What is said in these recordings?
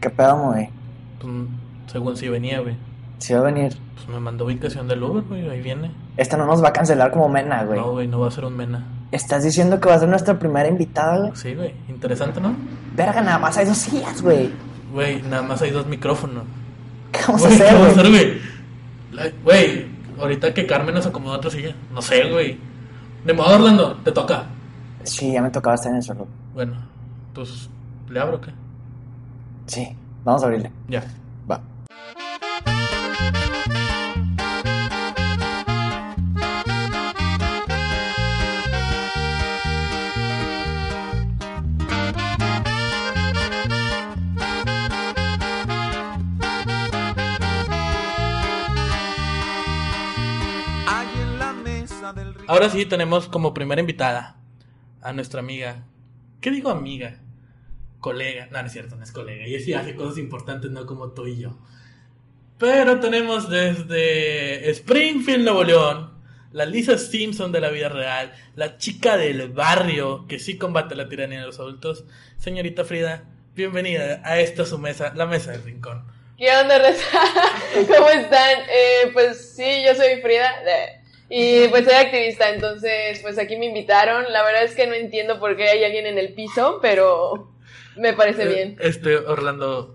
¿Qué pedo, güey? Pues, según si venía, güey. Si va a venir. Pues me mandó ubicación del Uber, güey. Ahí viene. Esta no nos va a cancelar como mena, güey. No, güey, no va a ser un mena. Estás diciendo que va a ser nuestra primera invitada, güey. Sí, güey. Interesante, ¿no? Verga, nada más hay dos sillas, güey. Güey, nada más hay dos micrófonos. ¿Qué vamos Güey, a ¿qué vamos a hacer, hacer, güey? güey? La- Güey, ahorita que Carmen nos acomoda otra silla. No sé, güey. De modo, Orlando, te toca. Sí, ya me tocaba estar en el suelo. Bueno, pues, ¿le abro o qué? Sí, vamos a abrirle. Ya. Va. Hay en la mesa del río. Ahora sí tenemos como primera invitada a nuestra amiga. ¿Qué digo amiga? Colega. No, no es cierto, no es colega. Ella sí hace cosas importantes, no como tú y yo. Pero tenemos desde Springfield, Nuevo León, la Lisa Simpson de la vida real, la chica del barrio que sí combate la tiranía de los adultos. Señorita Frida, bienvenida a esta su mesa, la mesa del rincón. ¿Qué onda, Reza? ¿Cómo están? Eh, pues sí, yo soy Frida de- y pues soy activista, entonces pues aquí me invitaron. La verdad es que no entiendo por qué hay alguien en el piso, pero me parece Eh, bien. Este, Orlando.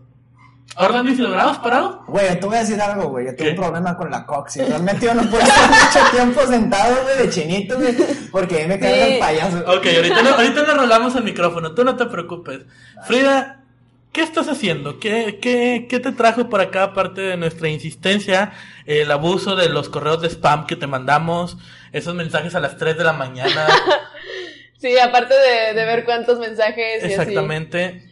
Orlando, ¿y si lo grabamos parado? Güey, yo te voy a decir algo, güey. Yo tengo ¿Qué? un problema con la coxis. Realmente yo no puedo estar mucho tiempo sentado, güey, de chinito, güey. Porque ahí me cae Sí. el payaso. Ok, ahorita, no, ahorita le rolamos el micrófono, tú no te preocupes. Frida, ¿qué estás haciendo? ¿Qué, qué, qué te trajo por acá, aparte de nuestra insistencia, el abuso de los correos de spam que te mandamos, esos mensajes a las 3 de la mañana? Sí, aparte de, de ver cuántos mensajes y Exactamente.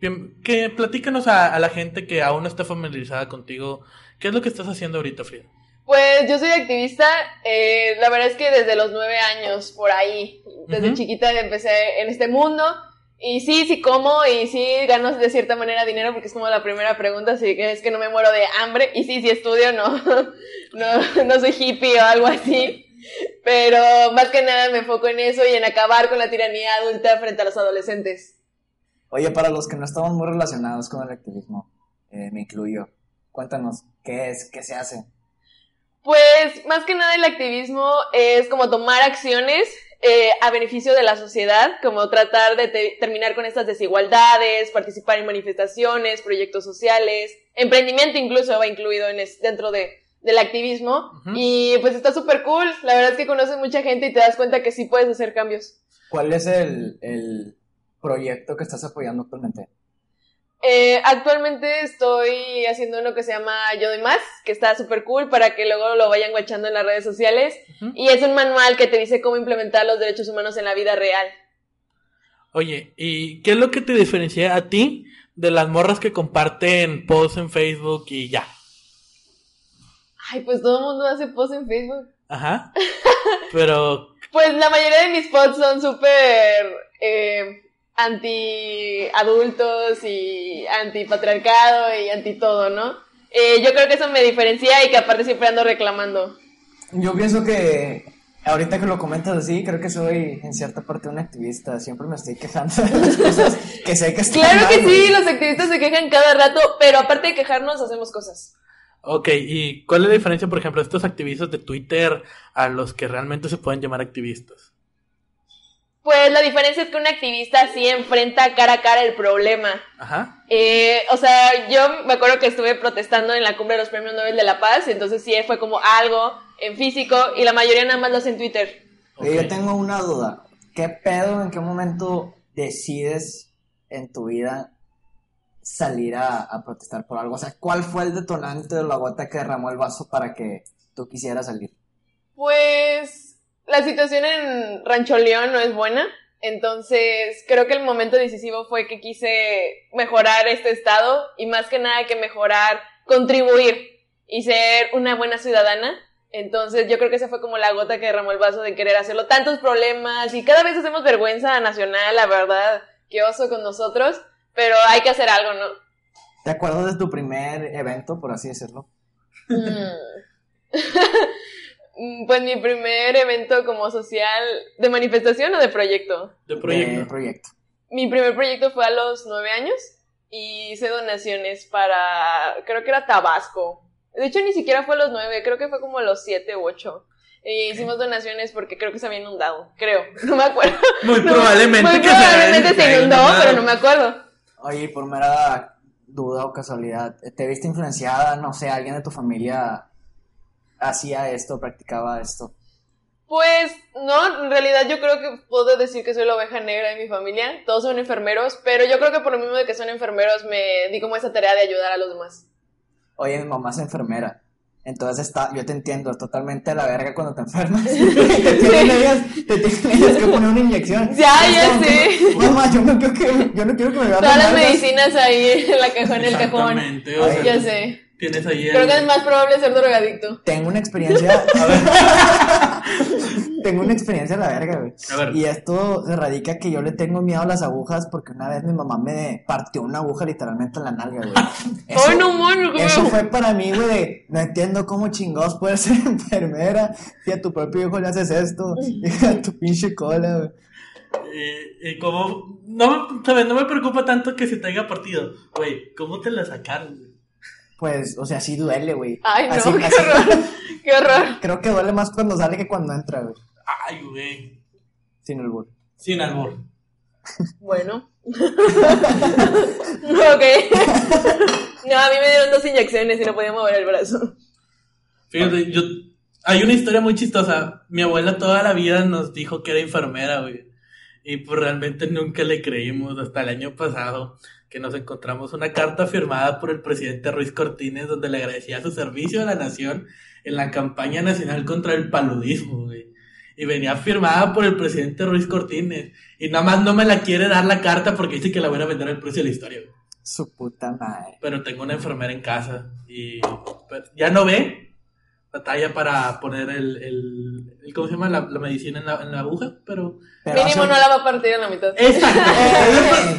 Bien, que platícanos a, a la gente que aún no está familiarizada contigo, ¿qué es lo que estás haciendo ahorita, Frida? así. Pues yo soy activista, eh, la verdad es que desde los nueve años, por ahí, desde Ujú. chiquita empecé en este mundo. Y sí, sí como y sí gano de cierta manera dinero porque es como la primera pregunta, si es que no me muero de hambre. Y sí, sí estudio, no, no, no soy hippie o algo así. Pero más que nada me enfoco en eso y en acabar con la tiranía adulta frente a los adolescentes. Oye, para los que no estamos muy relacionados con el activismo, eh, me incluyo. Cuéntanos, ¿qué es? ¿Qué se hace? Pues más que nada el activismo es como tomar acciones eh, a beneficio de la sociedad, como tratar de te- terminar con estas desigualdades, participar en manifestaciones, proyectos sociales, emprendimiento incluso va incluido en es- dentro de, del activismo. Ujú. Y pues está súper cool, la verdad es que conoces mucha gente y te das cuenta que sí puedes hacer cambios. ¿Cuál es el, el proyecto que estás apoyando actualmente? Eh, actualmente estoy haciendo uno que se llama Yo de Más, que está súper cool para que luego lo vayan guachando en las redes sociales. Ujú. Y es un manual que te dice cómo implementar los derechos humanos en la vida real. Oye, ¿y qué es lo que te diferencia a ti de las morras que comparten posts en Facebook y ya? Ay, pues todo el mundo hace posts en Facebook. Ajá. Pero, Pues la mayoría de mis posts son súper eh, anti adultos y anti patriarcado y anti todo, ¿no? Eh, yo creo que eso me diferencia y que aparte siempre ando reclamando. Yo pienso que ahorita que lo comentas así, creo que soy en cierta parte un activista. Siempre me estoy quejando de las cosas que sé que están Claro que mal, güey. sí, los activistas se quejan cada rato, pero aparte de quejarnos, hacemos cosas. ok, ¿y cuál es la diferencia, por ejemplo, de estos activistas de Twitter a los que realmente se pueden llamar activistas? Pues la diferencia es que un activista sí enfrenta cara a cara el problema. Ajá. Eh, o sea, yo me acuerdo que estuve protestando en la cumbre de los premios Nobel de la Paz, entonces sí fue como algo en físico y la mayoría nada más lo hace en Twitter. Oye, Ok. Yo tengo una duda. ¿Qué pedo, en qué momento decides en tu vida salir a, a protestar por algo? O sea, ¿cuál fue el detonante de la gota que derramó el vaso para que tú quisieras salir? Pues la situación en Rancho León no es buena, entonces creo que el momento decisivo fue que quise mejorar este estado y más que nada que mejorar, contribuir y ser una buena ciudadana. Entonces yo creo que esa fue como la gota que derramó el vaso de querer hacerlo. Tantos problemas y cada vez hacemos vergüenza nacional, la verdad, qué oso con nosotros, pero hay que hacer algo, ¿no? ¿Te acuerdas de tu primer evento, por así decirlo? Mm. pues mi primer evento como social de manifestación o de proyecto. De De proyecto. proyecto. Mi primer proyecto fue a los nueve años y hice donaciones para, creo que era Tabasco. De hecho, ni siquiera fue a los nueve, creo que fue como a los siete u ocho. Y hicimos donaciones porque creo que se había inundado, creo, no me acuerdo. Muy No, probablemente. Muy que probablemente se haya inundó, pero no me acuerdo. Oye, y por mera duda o casualidad, ¿te viste influenciada? No sé, alguien de tu familia hacía esto, practicaba esto. Pues no, en realidad yo creo que puedo decir que soy la oveja negra de mi familia. Todos son enfermeros, pero yo creo que por lo mismo de que son enfermeros me di como esa tarea de ayudar a los demás. Oye, mi mamá es enfermera. Entonces está, yo te entiendo, es totalmente a la verga cuando te enfermas. te, tienen ellas, te tienen ellas que poner una inyección. Ya, Es ya como que, sé. Mamá, yo no quiero que, yo no quiero que me vea Todas largas". las medicinas ahí en la cajón, en el cajón. Exactamente. o sea, Ya sé. Tienes ahí el- Creo que es más probable ser drogadicto. Tengo una experiencia. tengo una experiencia a la verga, güey. A ver. Y esto se radica que yo le tengo miedo a las agujas porque una vez mi mamá me partió una aguja literalmente en la nalga, güey. Eso- ¡Ay, Oh, no, mono! ¿cómo? Eso fue para mí, güey, de, no entiendo cómo chingados puedes ser enfermera si a tu propio hijo le haces esto, y a tu pinche cola, güey. Y, y eh, como, no, ¿sabes? no me preocupa tanto que se te haya partido. Güey, ¿cómo te la sacaron? güey? Pues, o sea, sí duele, güey. ¡Ay, no! Así- ¡Qué así- horror! ¡Qué horror! Creo que duele más cuando sale que cuando entra, güey. Ay, güey. Sin el burro. Sin albur. Bueno. ok. No, a mí me dieron dos inyecciones y no podía mover el brazo. Fíjate, yo. Hay una historia muy chistosa. Mi abuela toda la vida nos dijo que era enfermera, güey. Y pues realmente nunca le creímos hasta el año pasado que nos encontramos una carta firmada por el presidente Ruiz Cortines donde le agradecía su servicio a la nación en la campaña nacional contra el paludismo, güey. Y venía firmada por el presidente Ruiz Cortines. Y nada más no me la quiere dar la carta porque dice que la voy a vender al precio de la historia, güey Su puta madre. pero tengo una enfermera en casa y pues, ya no ve batalla para poner el, el, el- ¿cómo se llama? La, la medicina en la, en la aguja, pero... Pero Mínimo hace- no la va a partir en la mitad. ¡Exacto! Eh,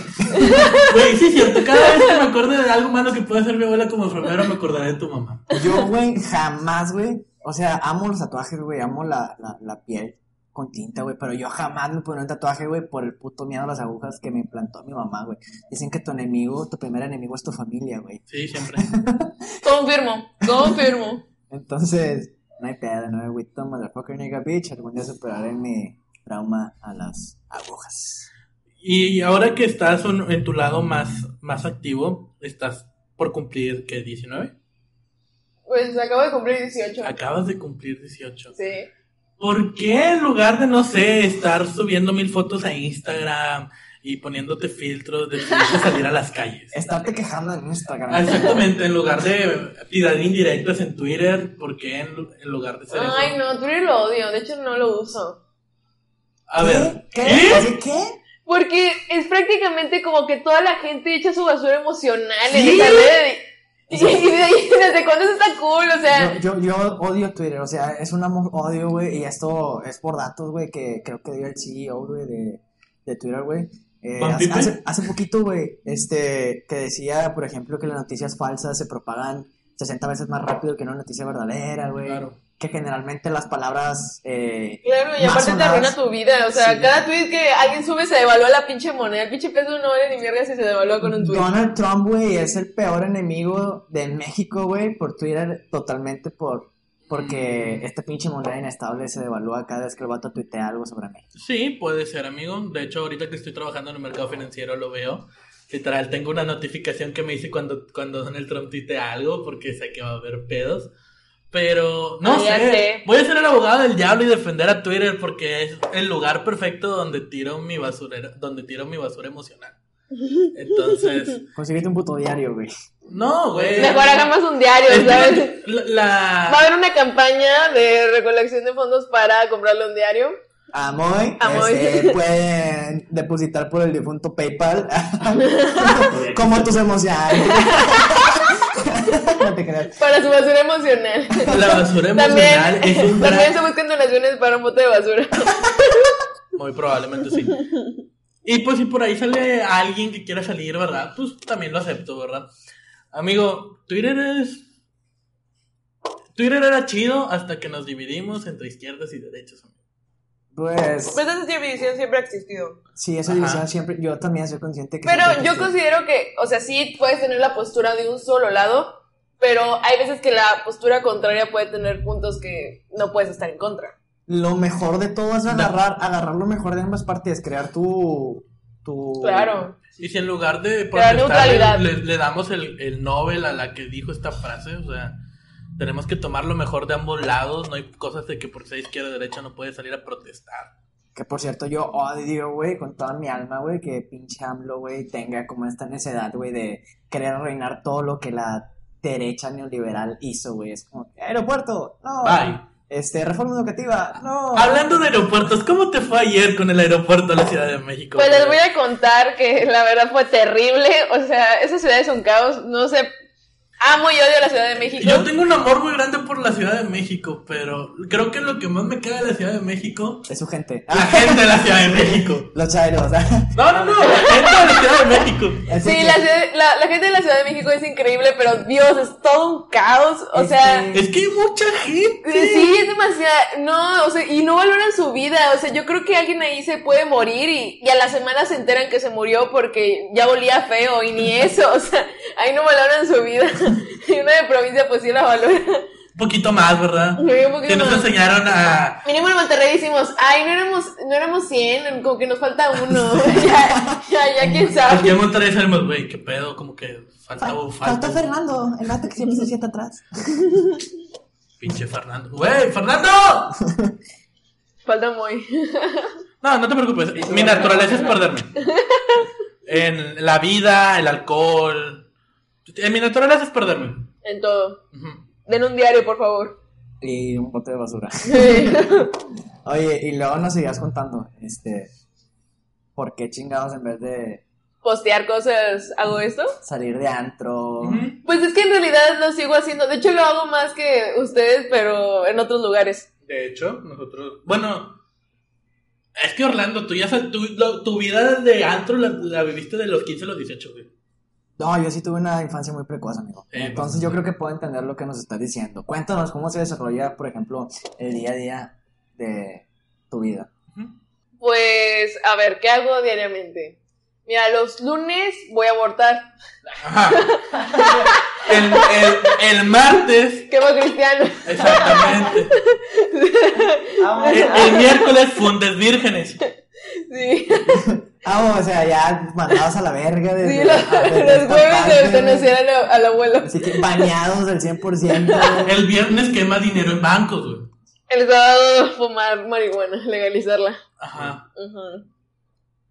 Güey, sí es cierto, cada vez que me acuerde de algo malo que puede hacer mi abuela como enfermera, me acordaré de tu mamá. Yo, güey, jamás, güey. O sea, amo los tatuajes, güey. Amo la, la, la piel con tinta, güey. Pero yo jamás me pondré un tatuaje, güey, por el puto miedo a las agujas que me implantó mi mamá, güey. Dicen que tu enemigo, tu primer enemigo es tu familia, güey. Sí, siempre. Confirmo, confirmo. Entonces, no hay pedo, no hay agüito, motherfucker, nigga, bitch. Algún día superaré mi trauma a las agujas. Y ahora que estás un- en tu lado más, más activo, estás por cumplir, ¿qué? ¿19? Pues acabo de cumplir 18. Acabas de cumplir 18. Sí. ¿Por qué en lugar de, no sé, estar subiendo mil fotos a Instagram y poniéndote filtros, decidiste salir a las calles? Estarte quejando en Instagram. Ah, Exactamente, en lugar de tirar indirectas en Twitter, ¿por qué en, lu- en lugar de hacer eso? Ay, no, Twitter lo odio. De hecho, no lo uso. A ver, ¿Qué? ¿eh? ¿Qué? ¿Qué? Porque es prácticamente como que toda la gente echa su basura emocional en ¿Sí? esa red. Y, y de ahí, ¿desde cuándo eso está cool? O sea, Yo, yo, yo odio Twitter, o sea, es un amor odio, güey, y esto es por datos, güey, que creo que dio el CEO, güey, de, de Twitter, güey. Eh, ¿Van hace, Pippen? hace- hace poquito, güey, este, que decía, por ejemplo, que las noticias falsas se propagan 60 veces más rápido que una noticia verdadera, güey. Claro. Que generalmente las palabras... eh, claro, y más aparte te sonadas- arruina tu vida. O sea, Sí. cada tweet que alguien sube se devalúa la pinche moneda. El pinche peso no vale ni mierda si se devalúa con un tweet. Donald Trump, güey, es el peor enemigo de México, güey, por Twitter, totalmente por... Porque Mm. esta pinche moneda inestable se devalúa cada vez que el vato tuitea algo sobre México. Sí, puede ser, amigo. De hecho, ahorita que estoy trabajando en el mercado financiero lo veo. Literal, tengo una notificación que me dice cuando, cuando Donald Trump tuite algo, porque sé que va a haber pedos. Pero no Ah, ya sé. sé. Voy a ser el abogado del diablo y defender a Twitter porque es el lugar perfecto donde tiro mi basurero, donde tiro mi basura emocional. Entonces, Consíguete un puto diario, güey. no, güey. Mejor hagamos un diario, Es que ¿sabes? La, Va a la- haber una campaña de recolección de fondos para comprarle un diario. Amoy, Amoy. este, pueden depositar por el difunto PayPal. Como tus emociones. no te creas. Para su basura emocional. la basura También, emocional es un gran- también se buscan donaciones para un bote de basura. Muy probablemente sí. Y pues si por ahí sale alguien que quiera salir, ¿verdad? Pues también lo acepto, ¿verdad? Amigo, Twitter es... Twitter era chido hasta que nos dividimos entre izquierdas y derechas. amigo. Pues Pues esa división siempre ha existido. sí, esa Ajá. división siempre, yo también soy consciente que... Pero siempre yo existe. considero que, o sea, sí puedes tener la postura de un solo lado, pero hay veces que la postura contraria puede tener puntos que no puedes estar en contra. Lo mejor de todo es Da- agarrar, agarrar lo mejor de ambas partes, crear tu... tu... Claro. Y si en lugar de protestar Crear neutralidad. le, le- le damos el, el Nobel a la que dijo esta frase, o sea, tenemos que tomar lo mejor de ambos lados, no hay cosas de que por ser izquierda o derecha no puedes salir a protestar. Que por cierto, yo odio, güey, con toda mi alma, güey, que pinche AMLO, güey, tenga como esta necedad, güey, de querer arruinar todo lo que la derecha neoliberal hizo, güey. Es como, aeropuerto, no. Bye. Oh. Este, reforma educativa, no. Hablando de aeropuertos, ¿cómo te fue ayer con el aeropuerto de la Ciudad de México? Pues les voy a contar que la verdad fue terrible, o sea, esa ciudad es un caos, no sé, amo y odio la Ciudad de México. Yo tengo un amor muy grande por la Ciudad de México, pero creo que lo que más me queda de la Ciudad de México Es su gente. la Ah, gente de la Ciudad de México. los chairos. No, no, no, la gente de la Ciudad de México. Es Sí, que- la, ciudad- la- la gente de la Ciudad de México es increíble, pero Dios, es todo un caos, o Es sea... que- Es que hay mucha gente. Sí, sí, es demasiado. No, o sea, y no valoran su vida. O sea, yo creo que alguien ahí se puede morir y, y a la semana se enteran que se murió porque ya olía feo y ni eso. O sea, ahí no valoran su vida. Y una de provincia, pues sí la valora. Un poquito más, ¿verdad? Sí, un poquito Que nos más. enseñaron a... Mínimo en Monterrey decimos, ay, no éramos, no éramos 100, como que nos falta uno. ya, ya, ya, quién Aquí sabe. en Monterrey salimos, güey, qué pedo, como que falta, Fal- falta, Faltó Fernando, el gato que siempre se sienta atrás. pinche Fernando. ¡Güey, Fernando! Falta muy. No, no te preocupes. Mi naturaleza es perderme. En la vida, el alcohol. En mi naturaleza es perderme. en todo. Ujú. Den un diario, por favor. Y un bote de basura. Sí. Oye, y luego nos seguías contando, este, ¿por qué chingados en vez de Postear cosas, hago esto. salir de antro? Ujú. Pues es que en realidad lo sigo haciendo. De hecho, lo hago más que ustedes, pero en otros lugares. De hecho, nosotros. Bueno, es que Orlando, tú ya sal- tú- lo- tu vida de antro la, la viviste de los 15 a los 18, güey. No, yo sí tuve una infancia muy precoz, amigo. Eh, Entonces pues, yo creo que puedo entender lo que nos estás diciendo. Cuéntanos cómo se desarrolla, por ejemplo, el día a día de tu vida. Ujú. Pues, a ver, ¿qué hago diariamente? Mira, los lunes voy a abortar. Ajá. El, el- el martes, ¿Qué va, Cristiano? exactamente. El, el miércoles, fundes vírgenes. Sí, Ah, o sea, ya mandados a la verga. Desde, sí, los, ah, desde los esta jueves de este tarde. eutanasia al, al abuelo. Así que bañados al 100%. El viernes quema dinero en bancos, güey. El sábado fumar marihuana, legalizarla. Ajá. Ujú.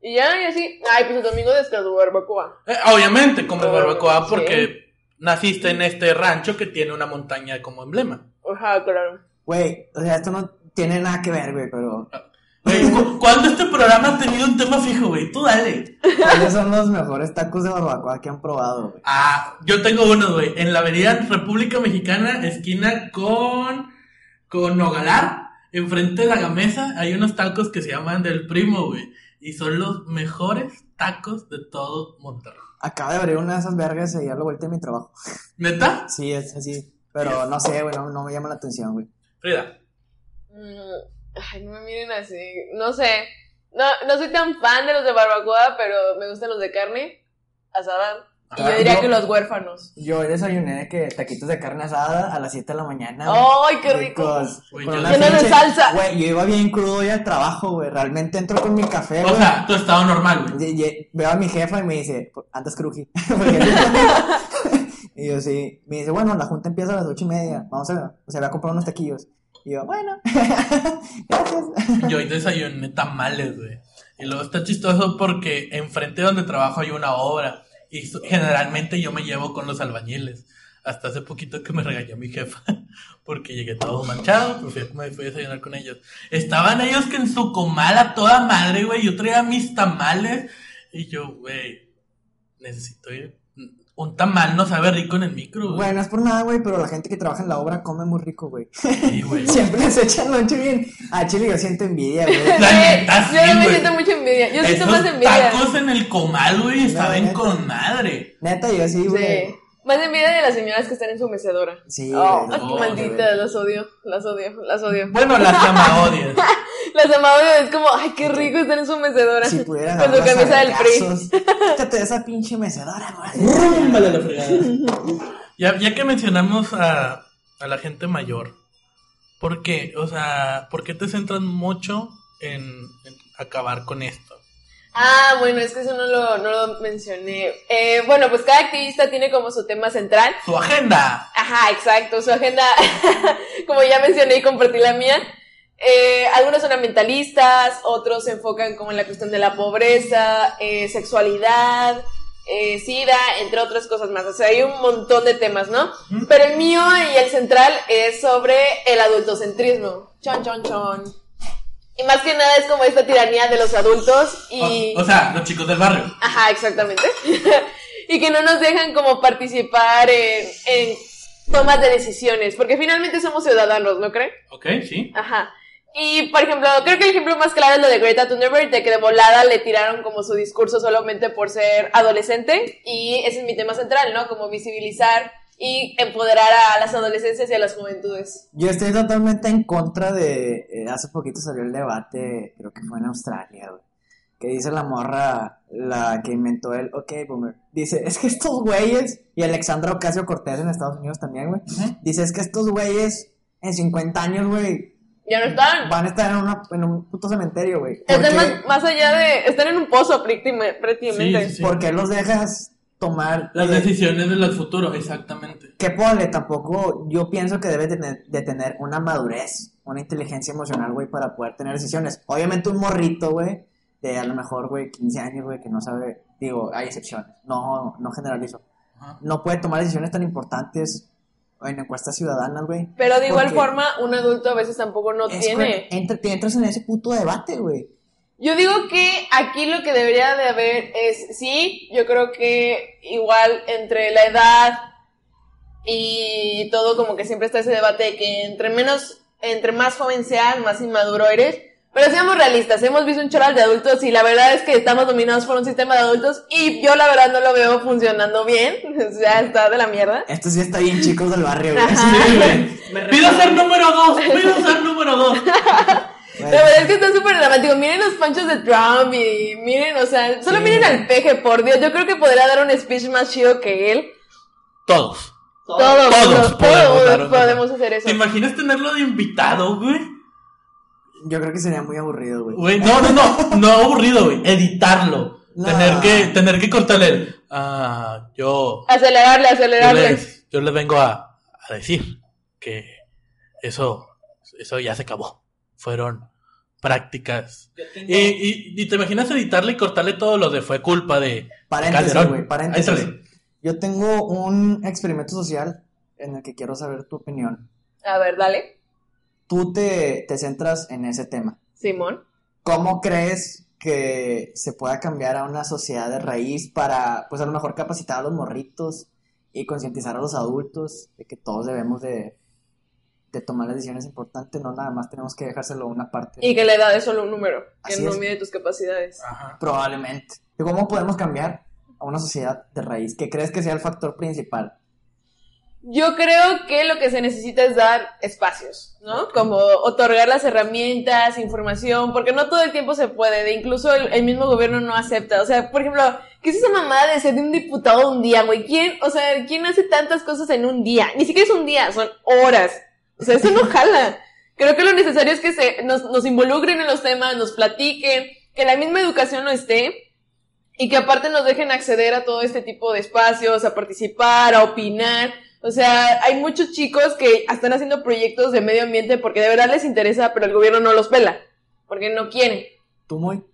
Y ya, y así. Ay, pues el domingo descanso barbacoa. Eh, obviamente, comes Oh, barbacoa sí. porque naciste en este rancho que tiene una montaña como emblema. Ajá, claro. Güey, o sea, esto no tiene nada que ver, güey, pero Güey, cu- ¿Cuándo este programa ha tenido un tema fijo, güey? Tú dale. ¿cuáles son los mejores tacos de barbacoa que han probado, güey? Ah, yo tengo uno, güey. En la avenida República Mexicana, esquina con, con Nogalar, enfrente de la gamesa, hay unos tacos que se llaman del primo, güey. Y son los mejores tacos de todo Monterrey. Acabo de abrir una de esas vergas y ya lo vuelta de mi trabajo. ¿Neta? Sí, es así. Pero no sé, güey, no, no me llama la atención, güey. Frida. Mm, Ay, no me miren así. No sé. No, no soy tan fan de los de barbacoa, pero me gustan los de carne asada. Y yo Ah, diría no. que los huérfanos. Yo hoy desayuné de que taquitos de carne asada a las 7 de la mañana. güey. ¡Ay, Oh, qué rico! Ricos. Güey, Con yo- una Lleno de pinche- salsa. Güey, yo iba bien crudo hoy al trabajo, güey. Realmente entro con mi café, O güey. sea, tu estado normal, güey. Y- y- veo a mi jefa y me dice, andas cruji. Porque- y yo sí. Me dice, bueno, la junta empieza a las 8 y media. Vamos a, o sea, voy a comprar unos taquillos. Y yo, bueno, gracias. Yo hoy desayuné tamales, güey. Y luego está chistoso porque enfrente donde trabajo hay una obra. Y so- generalmente yo me llevo con los albañiles. Hasta hace poquito que me regañó mi jefa. Porque llegué todo manchado. Pues fui a- me fui a desayunar con ellos. Estaban ellos que en su comal a toda madre, güey. Yo traía mis tamales. Y yo, güey, necesito ir. Un tamal no sabe rico en el micro, güey. Bueno, no es por nada, güey, pero la gente que trabaja en la obra come muy rico, güey. Sí, güey. Siempre les echan lonche bien. Ah, chile, yo siento envidia, güey. La Sí, neta, yo sí, no me güey. siento mucha envidia. Yo siento Esos más envidia. tacos en el comal, güey, saben neta. con madre. Neta, yo sí, güey. Sí. Más envidia de las señoras que están en su mecedora. Sí, Oh, güey, ay, no, maldita, las odio, las odio, las odio. Bueno, las llama odias. Las amaba y es como, ay, qué rico estar en su mecedora. Si pudieran Con su agarrar camisa del PRI. sagazos. Quítate de esa pinche mecedora, güey. Rúmbale a la fregada. Ya, ya que mencionamos a, a la gente mayor, ¿por qué? O sea, ¿por qué te centran mucho en, en acabar con esto? Ah, bueno, es que eso no lo, no lo mencioné. Eh, bueno, pues cada activista tiene como su tema central. ¡Su agenda! Ajá, exacto. Su agenda, como ya mencioné y compartí la mía, eh, algunos son ambientalistas, otros se enfocan como en la cuestión de la pobreza, eh, sexualidad, eh, sida, entre otras cosas más. O sea, hay un montón de temas, ¿no? Ujú. Pero el mío y el central es sobre el adultocentrismo. Chon, chon, chon. Y más que nada es como esta tiranía de los adultos y... Ah, O, o sea, los chicos del barrio. Ajá, exactamente. y que no nos dejan como participar en, en tomas de decisiones, porque finalmente somos ciudadanos, ¿no creen? ¿Ok? Sí. Ajá. Y, por ejemplo, creo que el ejemplo más claro es lo de Greta Thunberg, de que de volada le tiraron como su discurso solamente por ser adolescente, y ese es mi tema central, ¿no? Como visibilizar y empoderar a las adolescencias y a las juventudes. Yo estoy totalmente en contra de. eh, hace poquito salió el debate, creo que fue en Australia, güey, Que dice la morra, la que inventó el OK Boomer. Dice, es que estos güeyes. Y Alexandra Ocasio Cortés en Estados Unidos también, güey. Ujú. Dice, es que estos güeyes en 50 años, güey, Ya no están. van a estar en, una- en un puto cementerio, güey. ¿Por Están qué, más, más allá de... Están en un pozo práctima- prácticamente. Sí, sí, sí. por qué los dejas tomar? Las eh, decisiones del futuro, exactamente. que ponle, tampoco yo pienso que debes de tener, de tener una madurez, una inteligencia emocional, güey, para poder tener decisiones. Obviamente un morrito, güey, de a lo mejor, güey, 15 años, güey, que no sabe, digo, hay excepciones, no, no generalizo. Ajá. No puede tomar decisiones tan importantes en encuestas ciudadanas, güey. Pero de igual Porque- forma, un adulto a veces tampoco no Es tiene. correcto. Entra- te entras en ese puto debate, güey. Yo digo que aquí lo que debería de haber es, sí, yo creo que igual entre la edad y todo, como que siempre está ese debate de que entre menos, entre más joven seas, más inmaduro eres. Pero seamos realistas, hemos visto un choral de adultos y la verdad es que estamos dominados por un sistema de adultos y yo la verdad no lo veo funcionando bien. O sea, está de la mierda. Esto sí está bien, chicos del barrio, güey. Ajá. Sí, güey. Pido ser número dos, pido ser número dos. Güey, La verdad es que está súper dramático. Miren los panchos de Trump y miren, o sea, solo Sí. miren al peje, por Dios. Yo creo que podría dar un speech más chido que él. Todos. Todos, Todos todos, podemos todos dar un- podemos hacer eso. ¿Te imaginas tenerlo de invitado, güey? Yo creo que sería muy aburrido, güey. Güey, no, no, no, no aburrido, güey. Editarlo. No. Tener que, tener que cortarle el. Ah, yo. Acelerarle, Yo acelerarle. les, yo les vengo a, a decir que eso, eso ya se acabó. Fueron prácticas. Y, y- y te imaginas editarle y cortarle todo lo de fue culpa de Paréntesis, güey, Calderón. paréntesis. Échale. Yo tengo un experimento social en el que quiero saber tu opinión. A ver, dale. Tú te, te centras en ese tema. Simón. ¿Cómo crees que se pueda cambiar a una sociedad de raíz para, pues a lo mejor capacitar a los morritos y concientizar a los adultos de que todos debemos de, de tomar las decisiones importantes, no nada más tenemos que dejárselo a una parte? Y que la edad es solo un número, que Así no es. mide tus capacidades. Ajá. Probablemente. ¿Y cómo podemos cambiar a una sociedad de raíz? ¿Qué crees que sea el factor principal? Yo creo que lo que se necesita es dar espacios, ¿no? Como otorgar las herramientas, información, porque no todo el tiempo se puede, de incluso el, el mismo gobierno no acepta. O sea, por ejemplo, ¿qué es esa mamada de ser de un diputado un día, güey? ¿Quién, o sea, quién hace tantas cosas en un día? Ni siquiera es un día, son horas. O sea, eso no jala. Creo que lo necesario es que se, nos, nos involucren en los temas, nos platiquen, que la misma educación no esté y que aparte nos dejen acceder a todo este tipo de espacios, a participar, a opinar. O sea, hay muchos chicos que están haciendo proyectos de medio ambiente porque de verdad les interesa, pero el gobierno no los pela, porque no quiere. ¿Tú muy?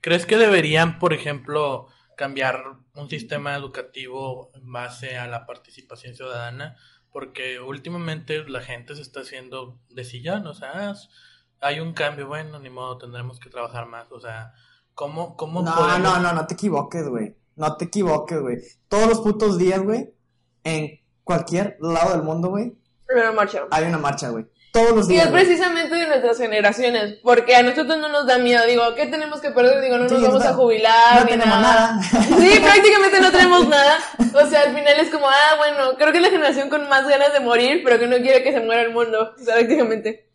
¿Crees que deberían, por ejemplo, cambiar un sistema educativo en base a la participación ciudadana? Porque últimamente la gente se está haciendo de sillón, o sea, "Ah, hay un cambio, bueno, ni modo, tendremos que trabajar más, o sea, ¿cómo, cómo No, podemos- no, no, no te equivoques, güey. No te equivoques, güey. Todos los putos días, güey, en cualquier lado del mundo, güey, Pero marcha. hay una marcha, güey. Todos los Y es días. güey. precisamente de nuestras generaciones, porque a nosotros no nos da miedo. Digo, ¿qué tenemos que perder? Digo, no nos Sí, vamos no- a jubilar. No ni tenemos nada. nada. Sí, prácticamente no tenemos nada. O sea, al final es como, ah, bueno, creo que es la generación con más ganas de morir, pero que no quiere que se muera el mundo, prácticamente.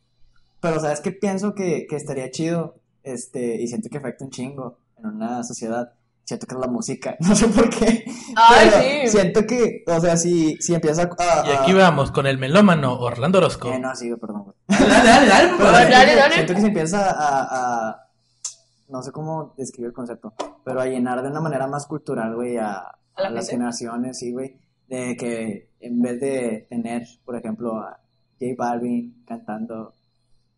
Pero sabes que pienso que, que estaría chido, este, y siento que afecta un chingo en una sociedad. Siento que es la música, no sé por qué. Ay, pero sí. Siento que, o sea, si, si empiezas a, a- Y aquí vamos con el melómano Orlando Orozco. Eh, no, sí, perdón, güey. Dale, dale, dale, por Pero favor. siento, dale, que, dale. siento que se empieza a, a- No sé cómo describir el concepto, pero a llenar de una manera más cultural, güey, a, ¿A la a las gente? generaciones, sí, güey. De que en vez de tener, por ejemplo, a J Balvin cantando.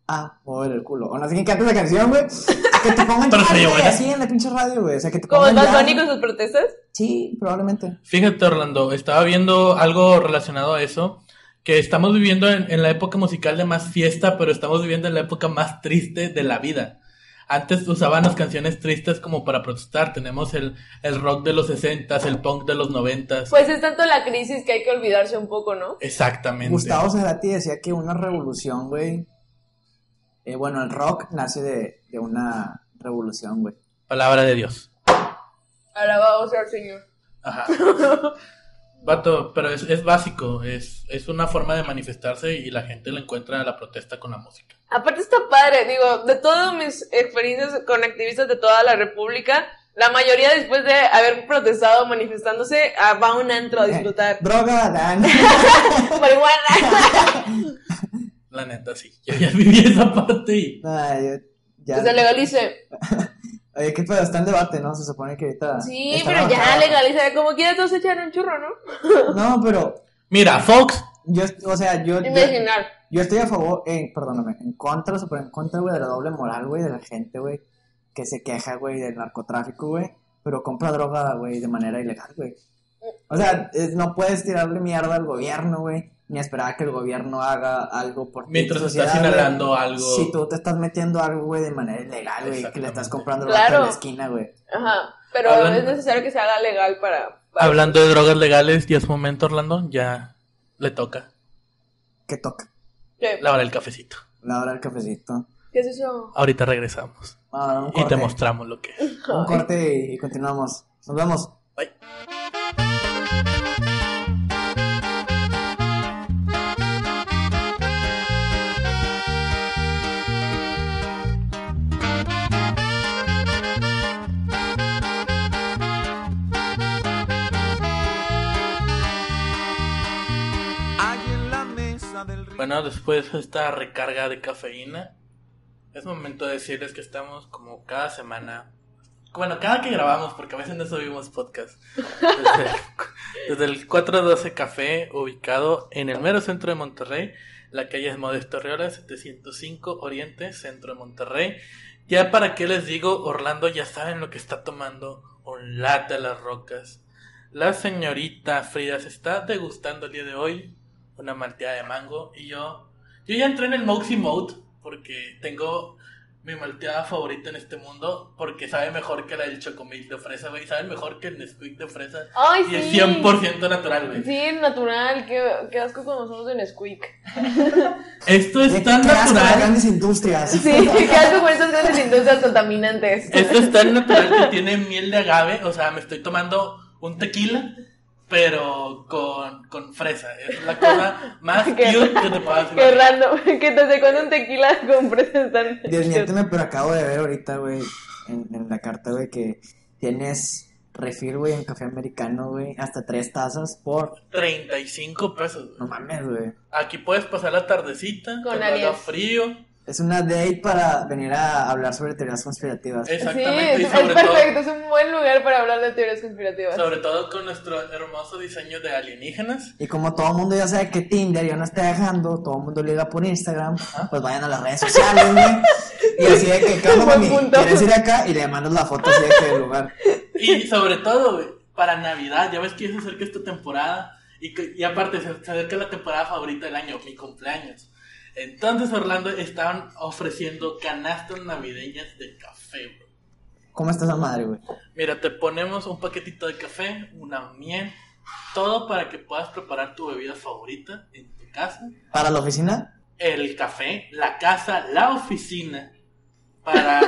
Ah, mover el culo. O no sé quién canta esa canción, güey. Que te pongan Pero jazz, sería güey, buena. así en la pinche radio, güey. O sea, que te Como pongan. Bad jazz. Bunny con sus protestas. Sí, probablemente. Fíjate, Orlando, estaba viendo algo relacionado a eso, que estamos viviendo en, en la época musical de más fiesta, pero estamos viviendo en la época más triste de la vida. Antes usaban las canciones tristes como para protestar. Tenemos el, el rock de los 60s, el punk de los 90s. Pues es tanto la crisis que hay que olvidarse un poco, ¿no? Exactamente. Gustavo Cerati decía que una revolución, güey. eh, bueno, el rock nace de, de una revolución, güey. Palabra de Dios. Alabado sea el Señor. Ajá. Vato, pero es, es básico. Es, es una forma de manifestarse y la gente le encuentra la protesta con la música. Aparte está padre, digo, de todas mis experiencias con activistas de toda la República, la mayoría después de haber protestado, manifestándose, ah, va a un antro Eh. a disfrutar. Droga, Dan. Marihuana. La neta, sí. Yo ya viví esa parte y. Ay, yo- ya. Que se legalice. Oye, qué pedo, está en debate, ¿no? Se supone que ahorita. Sí, está pero ya avanzado. legalice. Como quieras, todos echan un churro, ¿no? No, pero Mira, Fox. yo, o sea, yo, yo, Imaginar. yo estoy a favor, en, perdóname, en contra, súper en contra, güey, de la doble moral, güey, de la gente, güey, que se queja, güey, del narcotráfico, güey, pero compra droga, güey, de manera ilegal, güey. O sea, es- no puedes tirarle mierda al gobierno, güey, ni esperar a que el gobierno haga algo por ti, Mientras tu estás sociedad, güey. inhalando algo. Si tú te estás metiendo algo, güey, de manera ilegal, güey, que le estás Exactamente. comprando droga en Claro. la esquina, güey. Ajá. Pero Hablando- es necesario que se haga legal para. para- Hablando de drogas legales, ya es momento, Orlando. Ya le toca Que toca. ¿Qué? la hora del cafecito. La hora del cafecito. ¿Qué es eso? Ahorita regresamos Vamos a dar un y te corte. mostramos lo que es. un corte y, y continuamos. Nos vemos. Bye. Hay en la mesa del río. Bueno, después de esta recarga de cafeína, es momento de decirles que estamos como cada semana. Bueno, cada que grabamos, porque a veces no subimos podcast. Desde, desde el 412 Café, ubicado en el mero centro de Monterrey. La calle es Modesto Riola, 705 Oriente, centro de Monterrey. Ya para qué les digo, Orlando ya saben lo que está tomando. Un latte a las rocas. La señorita Frida se está degustando el día de hoy una malteada de mango y yo yo ya entré en el Moxie Mode porque tengo mi malteada favorita en este mundo porque sabe mejor que la del Chocomilk de fresa, güey, sabe mejor que el Nesquik de fresa Ay, y es sí. 100% natural, güey. Sí, natural. Qué, qué asco con nosotros en Squeak. Esto es tan Qué asco las natural, grandes industrias. Sí, qué asco con estas grandes industrias contaminantes. esto es tan natural que tiene miel de agave, o sea, me estoy tomando un tequila pero con, con fresa, es la cosa más Qué- cute que te puedas Qué imaginar. random. Que desde cuando un tequila con presas tan. Desmiénteme, pero acabo de ver ahorita, güey, en, en la carta, güey, que tienes refil, güey, en café americano, güey, hasta tres tazas por... 35 pesos. güey. No mames, güey. Aquí puedes pasar la tardecita Con cuando alias. haga frío. Es una date para venir a hablar sobre teorías conspirativas. Sí, Exactamente. es, y es sobre perfecto. Es un buen lugar para hablar de teorías todo, conspirativas. sobre todo con nuestro hermoso diseño de alienígenas. Y como todo el mundo ya sabe que Tinder ya no está dejando, todo el mundo liga por Instagram, pues vayan a las redes sociales, güey. Y así de que, ¿qué onda, Buen mami? punto. ¿Quieres ir acá? Y le mandas la foto así de que del lugar. Y sobre todo, güey, para Navidad. Ya ves que ya se acerca esta temporada. Y, que- y aparte, se, se acerca la temporada favorita del año, mi cumpleaños. Entonces, Orlando, estaban ofreciendo canastas navideñas de café, bro. ¿Cómo está esa madre, güey? Mira, te ponemos un paquetito de café, una miel, todo para que puedas preparar tu bebida favorita en tu casa. ¿Para la oficina? el café, la casa, la oficina, para,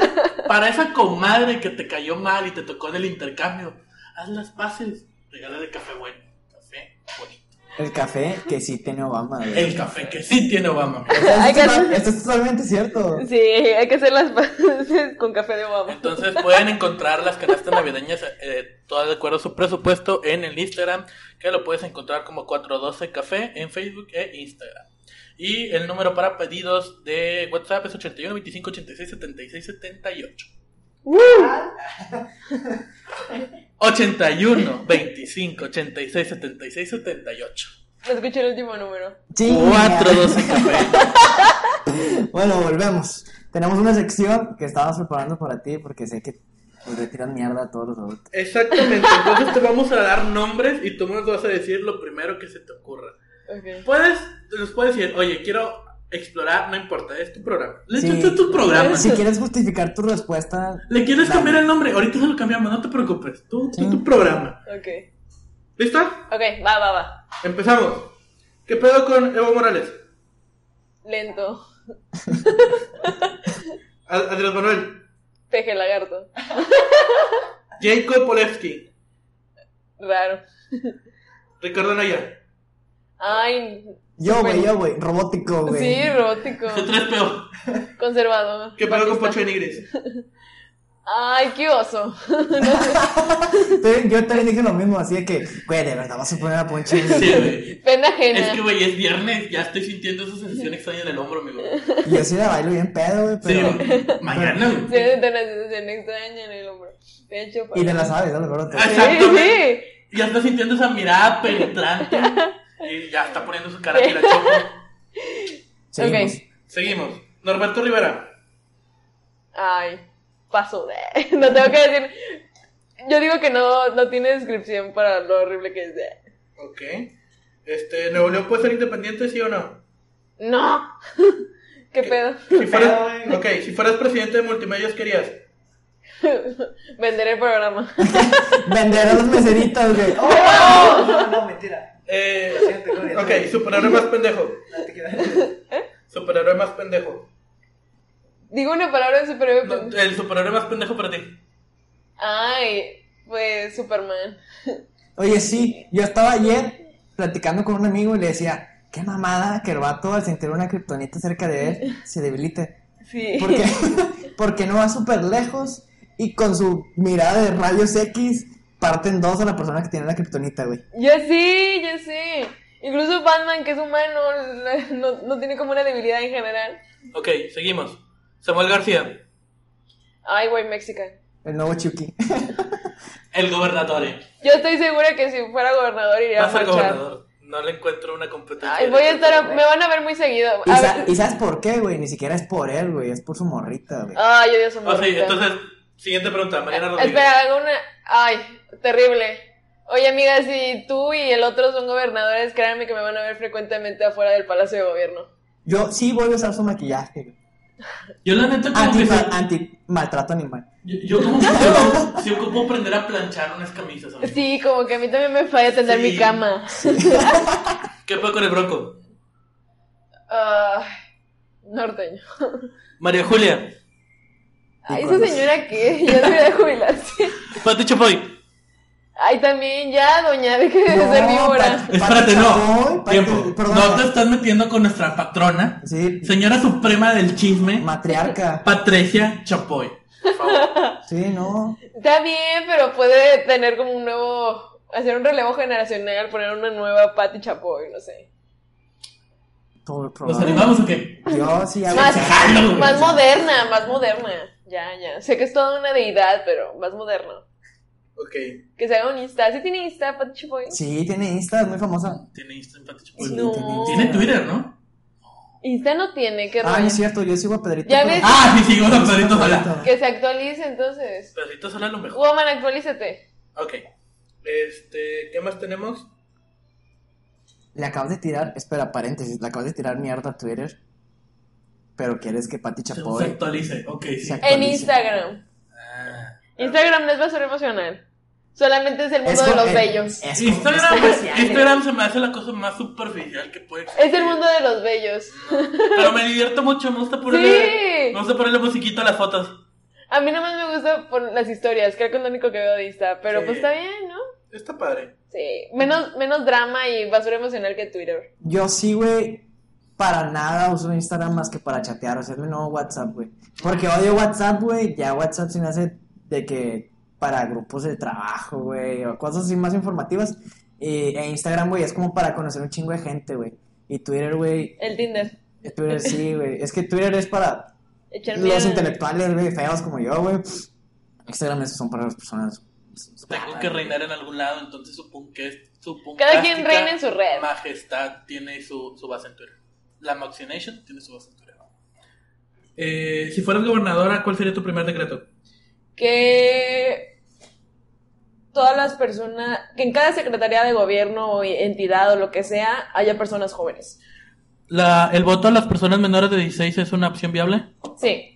para esa comadre que te cayó mal y te tocó en el intercambio, haz las paces, regálale café bueno, café bonito. El café que sí tiene Obama. güey. El café que sí tiene Obama. amigo. Hay que Esto, es hacer- total- esto es totalmente cierto. Sí, hay que hacer las paces con café de Obama. Entonces pueden encontrar las canastas navideñas, eh, todas de acuerdo a su presupuesto, en el Instagram, que lo puedes encontrar como 412 Café en Facebook e Instagram. Y el número para pedidos de WhatsApp es 81 25 86 76 78. 81 25 86 76 78. No escuché el último número. Chinga. 412 Café. Bueno, volvemos. Tenemos una sección que estábamos preparando para ti porque sé que pues, le tiran mierda a todos los adultos. Exactamente, entonces te vamos a dar nombres y tú nos vas a decir lo primero que se te ocurra. Ok. Puedes, nos puedes decir, oye, quiero explorar, no importa, es tu programa. Le Sí. es tu programa. Si quieres justificar tu respuesta, Le quieres Dale. cambiar el nombre, ahorita se lo cambiamos, no te preocupes. Tú, tú, Sí. tu programa. Ok. ¿Lista? Ok, va, va, va. Empezamos. ¿Qué pedo con Evo Morales? Lento. A- Andrés Manuel. Peje lagarto. Jacob Polevsky. Raro. Ricardo Anaya. Ay. yo, güey, Bueno. yo, güey, robótico, güey. Sí, robótico. Tres pedo. Conservador. ¿Qué pedo con Batista. Pocho de Nigris? Ay, qué oso. Te- Yo también dije lo mismo, así de que, güey, de verdad vas a poner a Poncho. Sí, güey. Pena ajena. Es que, güey, es viernes, ya estoy sintiendo esa sensación extraña en el hombro, amigo. Y yo sí la bailo bien pedo, güey, Sí, pero. güey. mañana, güey. Sí, es de la sensación extraña en el hombro. De hecho, pues, Y te la sabes, ¿no? Lo Ah, Sí, Exactamente. Ya está sintiendo esa mirada penetrante. Y ya está poniendo su cara que la choco. sí. Seguimos. Ok. Seguimos. Norberto Rivera. Ay, paso. No tengo que decir. Yo digo que no, no tiene descripción para lo horrible que es. Ok. Este, ¿Nuevo León puede ser independiente, sí o no? No. ¿Qué pedo? Si fueras, ok, si fueras presidente de Multimedios, querías. Vender el programa. Vender a los meseritos, güey. Oh, No, no, no, mentira. Eh, Presidente, no, ya ok, superhéroe más pendejo. No te quiero decir. ¿Eh? Superhéroe más pendejo. Digo una palabra de superhéroe. No, pues- el superhéroe más pendejo para ti. Ay, pues Superman. Oye, sí, yo estaba ayer platicando con un amigo y le decía, qué mamada que el vato al sentir una kriptonita cerca de él se debilite. Sí. Porque, porque no va súper lejos y con su mirada de rayos X parten dos a la persona que tiene la kriptonita, güey. Ya sí, ya sí. Incluso Batman, que es humano, no, no tiene como una debilidad en general. Ok, seguimos. Samuel García. Ay, güey, mexicano. El nuevo Chucky. El gobernador. eh. Yo estoy segura que si fuera gobernador iría Va a a ser marchar. gobernador. No le encuentro una competencia. Ay, voy a estar, me van a ver muy seguido. ¿Y, A sa- ver- y sabes por qué, güey? Ni siquiera es por él, güey, es por su morrita, güey. Ay, yo su O sea, morrita. Oh, entonces, siguiente pregunta. Mariana Rodríguez. Eh, Espera, hago una. Ay, terrible. Oye, amiga, si tú y el otro son gobernadores, créanme que me van a ver frecuentemente afuera del Palacio de Gobierno. Yo sí voy a usar su maquillaje. güey. Yo la neta como Anti, que sí- anti maltrato animal. yo, yo como que yo, sí ocupo aprender a planchar unas camisas. amigo. Sí, como que a mí también me falla tender Sí. mi cama. ¿Qué fue con el bronco? Ah, norteño. María Julia, Ay, esa Iconos. señora que ya debería jubilarse. Pati Chapoy. Ay, también ya, doña, deje de No, ser víbora. Pati- Espérate, Chapoy, no. Pati- Tiempo. perdón. No te estás metiendo con nuestra patrona, Sí, señora suprema del chisme, matriarca. Patricia Chapoy. Por favor. Sí, no. Está bien, pero puede tener como un nuevo. Hacer un relevo generacional, poner una nueva Patti Chapoy, no sé. Todo ¿Nos probable. animamos o qué? Yo sí hago Más, Déjalo, güey. más moderna, más moderna. Ya, ya. Sé que es toda una deidad, pero más moderno. Ok. Que se haga un Insta. ¿Sí tiene Insta, Pati Chapoy? Sí, tiene Insta, es muy famosa. Tiene Instagram Pati Chapoy. Sí, No. tiene Insta. Tiene Twitter, ¿no? Insta no tiene, qué Ah, no rollo. es cierto, yo sigo a Pedrito. Ya pero- ves. Ah, sí, sigo con Pedrito Pedrito. Sola. Que se actualice entonces. Pedrito Sola es lo mejor. Woman, actualízate. Ok. Este, ¿qué más tenemos? Le acabas de tirar, espera, paréntesis, le acabas de tirar mierda a Twitter. Pero quieres que Pati Se Chapoy. actualice. Ok, sí. Exacto. En Actualice. Instagram. Ah. Instagram no es basura emocional. Solamente es el mundo Es de con- los eh, bellos. es con- Instagram, es con- Instagram se me hace la cosa más superficial que puede existir. Es el mundo de los bellos. Pero me divierto mucho, me gusta ponerle, Sí. me gusta ponerle musiquita a las fotos. A mí nomás me gusta por las historias. Creo que es lo único que veo de Insta. Pero Sí. pues está bien, ¿no? Está padre. Sí, menos, menos drama y basura emocional que Twitter. Yo sí, güey, para nada uso Instagram más que para chatear. O sea, es mi nuevo WhatsApp, güey. Porque odio WhatsApp, güey. Ya WhatsApp se me hace de que para grupos de trabajo, güey, o cosas así más informativas. Y, e Instagram, güey, es como para conocer un chingo de gente, güey. Y Twitter, güey. El Tinder. eh, Twitter sí, güey. Es que Twitter es para Echar los mierda. intelectuales, güey, feos como yo, güey. Instagram es- son para las personas. Tengo que reinar en algún lado, entonces supongo que es supongo Cada quien reina en su red. Majestad tiene su, su base en Twitter. La Moxination tiene su base en Twitter. Eh, si fueras gobernadora, ¿cuál sería tu primer decreto? que todas las personas, que en cada secretaría de gobierno o entidad o lo que sea, haya personas jóvenes. La, ¿El voto a las personas menores de 16 es una opción viable? Sí.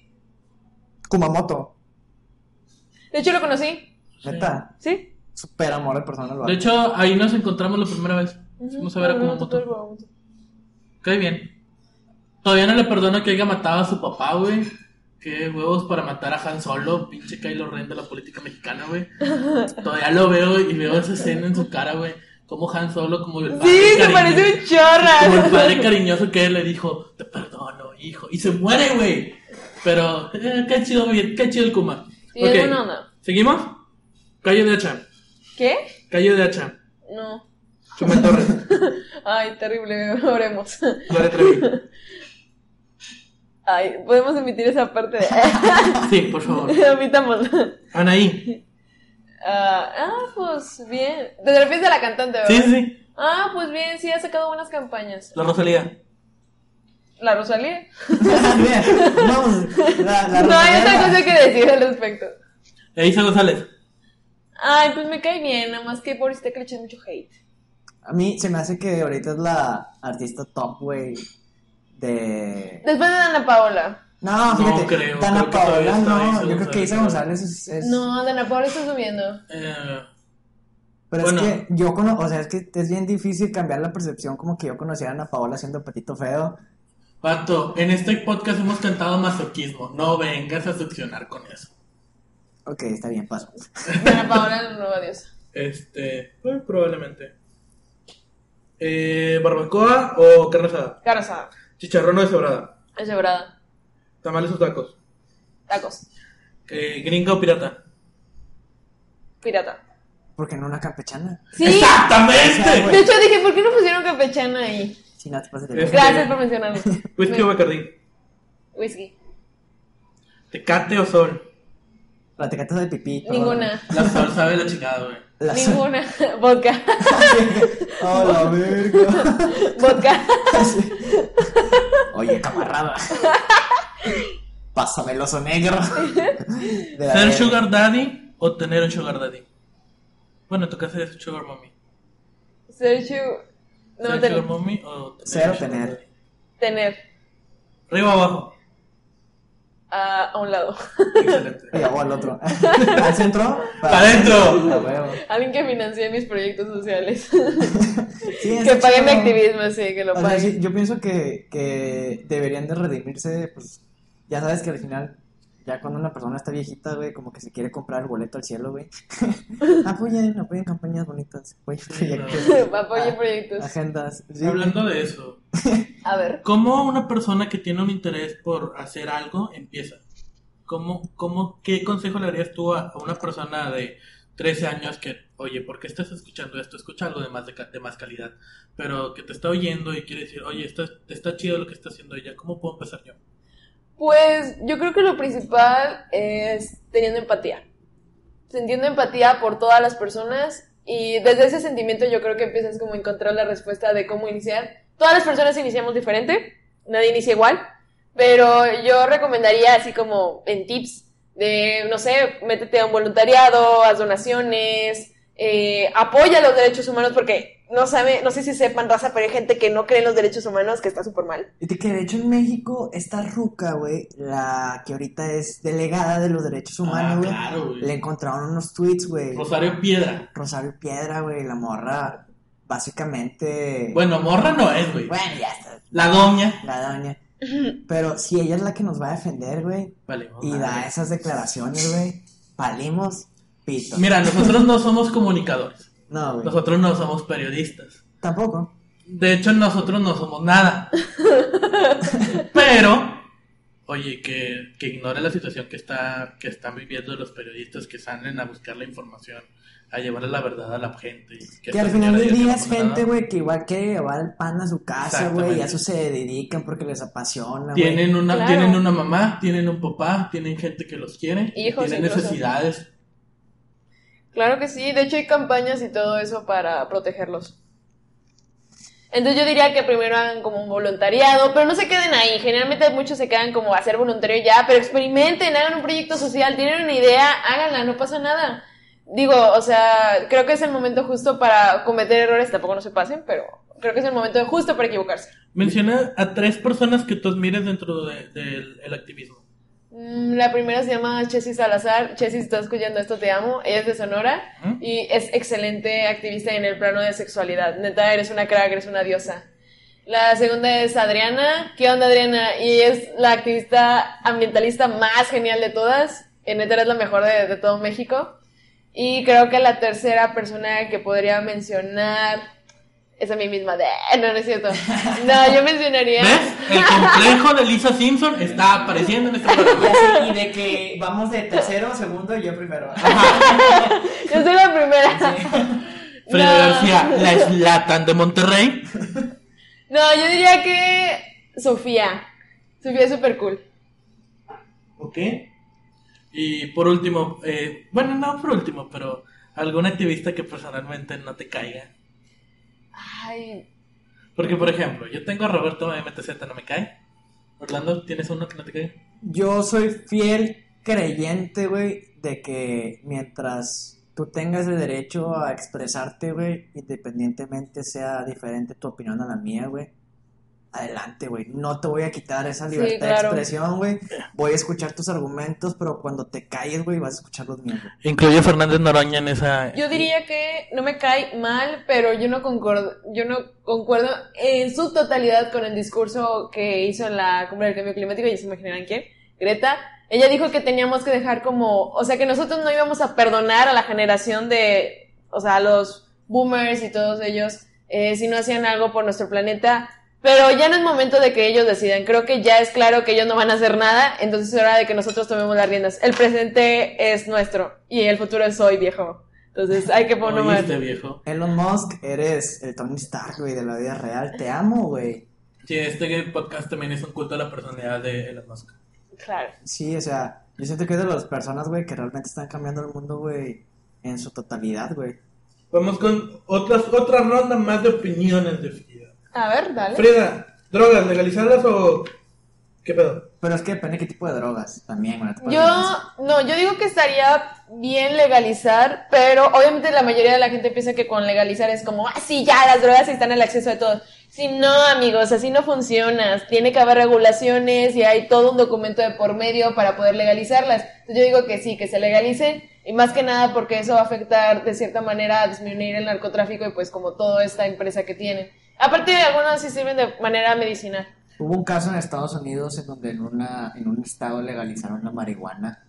Kumamoto, De hecho, lo conocí. neta. Sí. Super amor de persona. lo amo. De hecho, ahí nos encontramos la primera vez. Fuimos a ver a Kumamoto. Qué bien. Todavía no le perdono que haya matado a su papá, güey. Qué huevos para matar a Han Solo, pinche Kylo Ren de la política mexicana, güey. Todavía lo veo y veo esa escena en su cara, güey. Como Han Solo, como el Sí, se cariño- parece un Como el chorra. padre cariñoso que él le dijo, te perdono, hijo. Y se muere, güey. Pero, eh, qué chido, güey. Qué chido el Kuma. Sí, es Ok. buena onda. ¿Seguimos? Calle de hacha. ¿Qué? Calle de hacha. No. Chumel Torres. Ay, terrible, oremos. Gloria Trevi. Ay, podemos emitir esa parte de... Sí, por favor. Omitamos. Anaí. Ah, ah, pues bien. Te refieres a la cantante, ¿verdad? Sí, sí, sí. Ah, pues bien, sí, ha sacado buenas campañas. La Rosalía. La Rosalía. Bien, vamos, la- la no hay otra reserva. cosa que decir al respecto. Isa González. Ay, pues me cae bien, nada más que pobrecita que le eché mucho hate. A mí se me hace que ahorita es la artista top, güey. De. Después de Ana Paola. No, No fíjate. creo, Dana creo que todavía Paola, está no. Isa Yo creo que Isa González. González es. es- No, de Ana Paola está subiendo. Eh, Pero bueno. es que yo conozco. O sea, es que es bien difícil cambiar la percepción como que yo conocía a Ana Paola siendo patito feo. Pato, en este podcast hemos cantado masoquismo. No vengas a succionar con eso. Ok, está bien, paso. Ana Paola es la nueva diosa. Este, eh, probablemente. Eh, ¿Barbacoa o carne asada? Cara asada. Chicharrón o deshebrada. Es cebrada. Tamales o tacos. Tacos. Eh, ¿Gringa o pirata? Pirata. Porque no una campechana. Sí. ¡Exactamente! De hecho dije, ¿por qué no pusieron campechana ahí? Si no te pasas de Es- verga. Gracias por mencionarlo. ¿Whisky o Bacardí? Whisky. ¿Tecate o sol? La tecate es de pipí. todo. Ninguna. La sol sabe la chingada, güey. La Ninguna. Vodka. Oh, la verga. Vodka. Oye, camarada. Pásame el oso negro. De la ¿Ser verga. sugar daddy o tener un sugar daddy? Bueno, tocaste sugar mommy. Sergio. No, ¿Ser ten- sugar mommy o tener Ser o un sugar tener. daddy? tener. Arriba o abajo. ah, a un lado. Excelente. Y luego al otro. ¿Al centro? Para adentro. A huevo. Alguien que financie mis proyectos sociales. Sí, que está pague mi chido. activismo, sí, que lo O sea, pague. sí, yo pienso que, que deberían de redimirse, pues ya sabes que al final, ya cuando una persona está viejita, güey, como que se quiere comprar el boleto al cielo, güey. apoyen, apoyen campañas bonitas, güey, proyectos, Ah. Apoye proyectos. agendas. sí. Hablando de eso, A ver. ¿cómo una persona que tiene un interés por hacer algo empieza? ¿Cómo, cómo, ¿Qué consejo le darías tú a, a una persona de 13 años que, oye, ¿por qué estás escuchando esto? Escucha algo de más, de, ca- de más calidad, pero que te está oyendo y quiere decir, oye, está, está chido lo que está haciendo ella, ¿cómo puedo empezar yo? Pues yo creo que lo principal es teniendo empatía. Sintiendo empatía por todas las personas y desde ese sentimiento yo creo que empiezas como a encontrar la respuesta de cómo iniciar. Todas las personas iniciamos diferente, nadie inicia igual, pero yo recomendaría así como en tips de, no sé, métete a un voluntariado, haz donaciones, eh, apoya los derechos humanos porque no sabe, no sé si sepan raza, pero hay gente que no cree en los derechos humanos que está súper mal. Y de que de hecho en México, esta ruca, güey, la que ahorita es delegada de los derechos humanos, Ah, güey, claro, Pues- güey. le encontraron unos tweets, güey. Rosario Piedra. Rosario Piedra, güey, la morra, básicamente... Bueno, morra no es, güey. bueno ya está. La doña. La doña. Pero si ella es la que nos va a defender, güey, Vale, y madre. da esas declaraciones, güey, palimos, pito. Mira, nosotros no somos comunicadores. No, güey. Nosotros no somos periodistas. Tampoco. De hecho, nosotros no somos nada. Pero, oye, que, que ignore la situación que, está, que están viviendo los periodistas que salen a buscar la información, a llevarle la verdad a la gente. y Que, esta al final señora del diga que día no es somos gente, nada. güey, que igual quiere llevar el pan a su casa, güey, y a eso se dedican porque les apasiona, güey. Tienen una, Claro. tienen una mamá, tienen un papá, tienen gente que los quiere, Hijos tienen incluso. necesidades. Claro que sí, de hecho hay campañas y todo eso para protegerlos. Entonces yo diría que primero hagan como un voluntariado, pero no se queden ahí. Generalmente muchos se quedan como a ser voluntario ya, pero experimenten, hagan un proyecto social, tienen una idea, háganla, no pasa nada. Digo, o sea, creo que es el momento justo para cometer errores, tampoco no se pasen, pero creo que es el momento justo para equivocarse. Menciona a tres personas que tú admires dentro de- del el activismo. Mm, La primera se llama Chessy Salazar. Chessy, si estás escuchando esto, te amo. Ella es de Sonora ¿Mm? y es excelente activista en el plano de sexualidad. Neta, eres una crack, eres una diosa. La segunda es Adriana. ¿Qué onda, Adriana? Y es la activista ambientalista más genial de todas. Eh, Neta, eres la mejor de, de todo México. Y creo que la tercera persona que podría mencionar es a mí misma. eh, No, no es cierto. No, yo mencionaría... ¿Ves? El complejo de Lisa Simpson está apareciendo en este programa. Y así, y de que vamos de tercero, segundo y yo primero. Yo soy la primera. Frida No. García, la Slatan de Monterrey. No, yo diría que Sofía. Sofía es súper cool. Ok. Y por último, eh, bueno, no por último, pero algún activista que personalmente no te caiga. Ay, Porque, por ejemplo, yo tengo a Roberto MTZ, no me cae. Orlando, ¿tienes uno que no te cae? Yo soy fiel creyente, güey, de que mientras tú tengas el derecho a expresarte, güey, independientemente sea diferente tu opinión a la mía, güey, adelante, güey. No te voy a quitar esa Sí, libertad de claro. expresión, güey. Voy a escuchar tus argumentos, pero cuando te calles, güey, vas a escuchar los míos. güey. Incluye a Fernández Noroña en esa. yo diría que no me cae mal, pero yo no concuerdo, yo no concuerdo en su totalidad con el discurso que hizo en la cumbre del cambio climático, ya se imaginarán quién, Greta. Ella dijo que teníamos que dejar como, o sea, que nosotros no íbamos a perdonar a la generación de, o sea, a los boomers y todos ellos, eh, si no hacían algo por nuestro planeta. Pero ya no es momento de que ellos decidan. Creo que ya es claro que ellos no van a hacer nada. Entonces es hora de que nosotros tomemos las riendas. El presente es nuestro y el futuro es hoy, viejo. Entonces hay que ponerlo más. Oíste, este viejo. Elon Musk, eres el Tony Stark, güey, de la vida real. Te amo, güey. Sí, este podcast también es un culto a la personalidad de Elon Musk. Claro. Sí, o sea, yo siento que es de las personas, güey, que realmente están cambiando el mundo, güey, en su totalidad, güey. Vamos con otras, otra ronda más de opiniones de Frida. A ver, dale. Frida, ¿drogas legalizarlas o qué pedo? Pero es que depende qué tipo de drogas también, güey. no te puedes Yo, lanzar. no, yo digo que estaría bien legalizar, pero obviamente la mayoría de la gente piensa que con legalizar es como, ah, sí, ya, las drogas están al acceso de todos. Si no, amigos, así no funciona. Tiene que haber regulaciones y hay todo un documento de por medio para poder legalizarlas. Entonces yo digo que sí, que se legalicen y más que nada porque eso va a afectar de cierta manera a disminuir el narcotráfico y pues como toda esta empresa que tienen. Aparte de algunas sí sirven de manera medicinal. Hubo un caso en Estados Unidos en donde en, una, en un estado legalizaron la marihuana,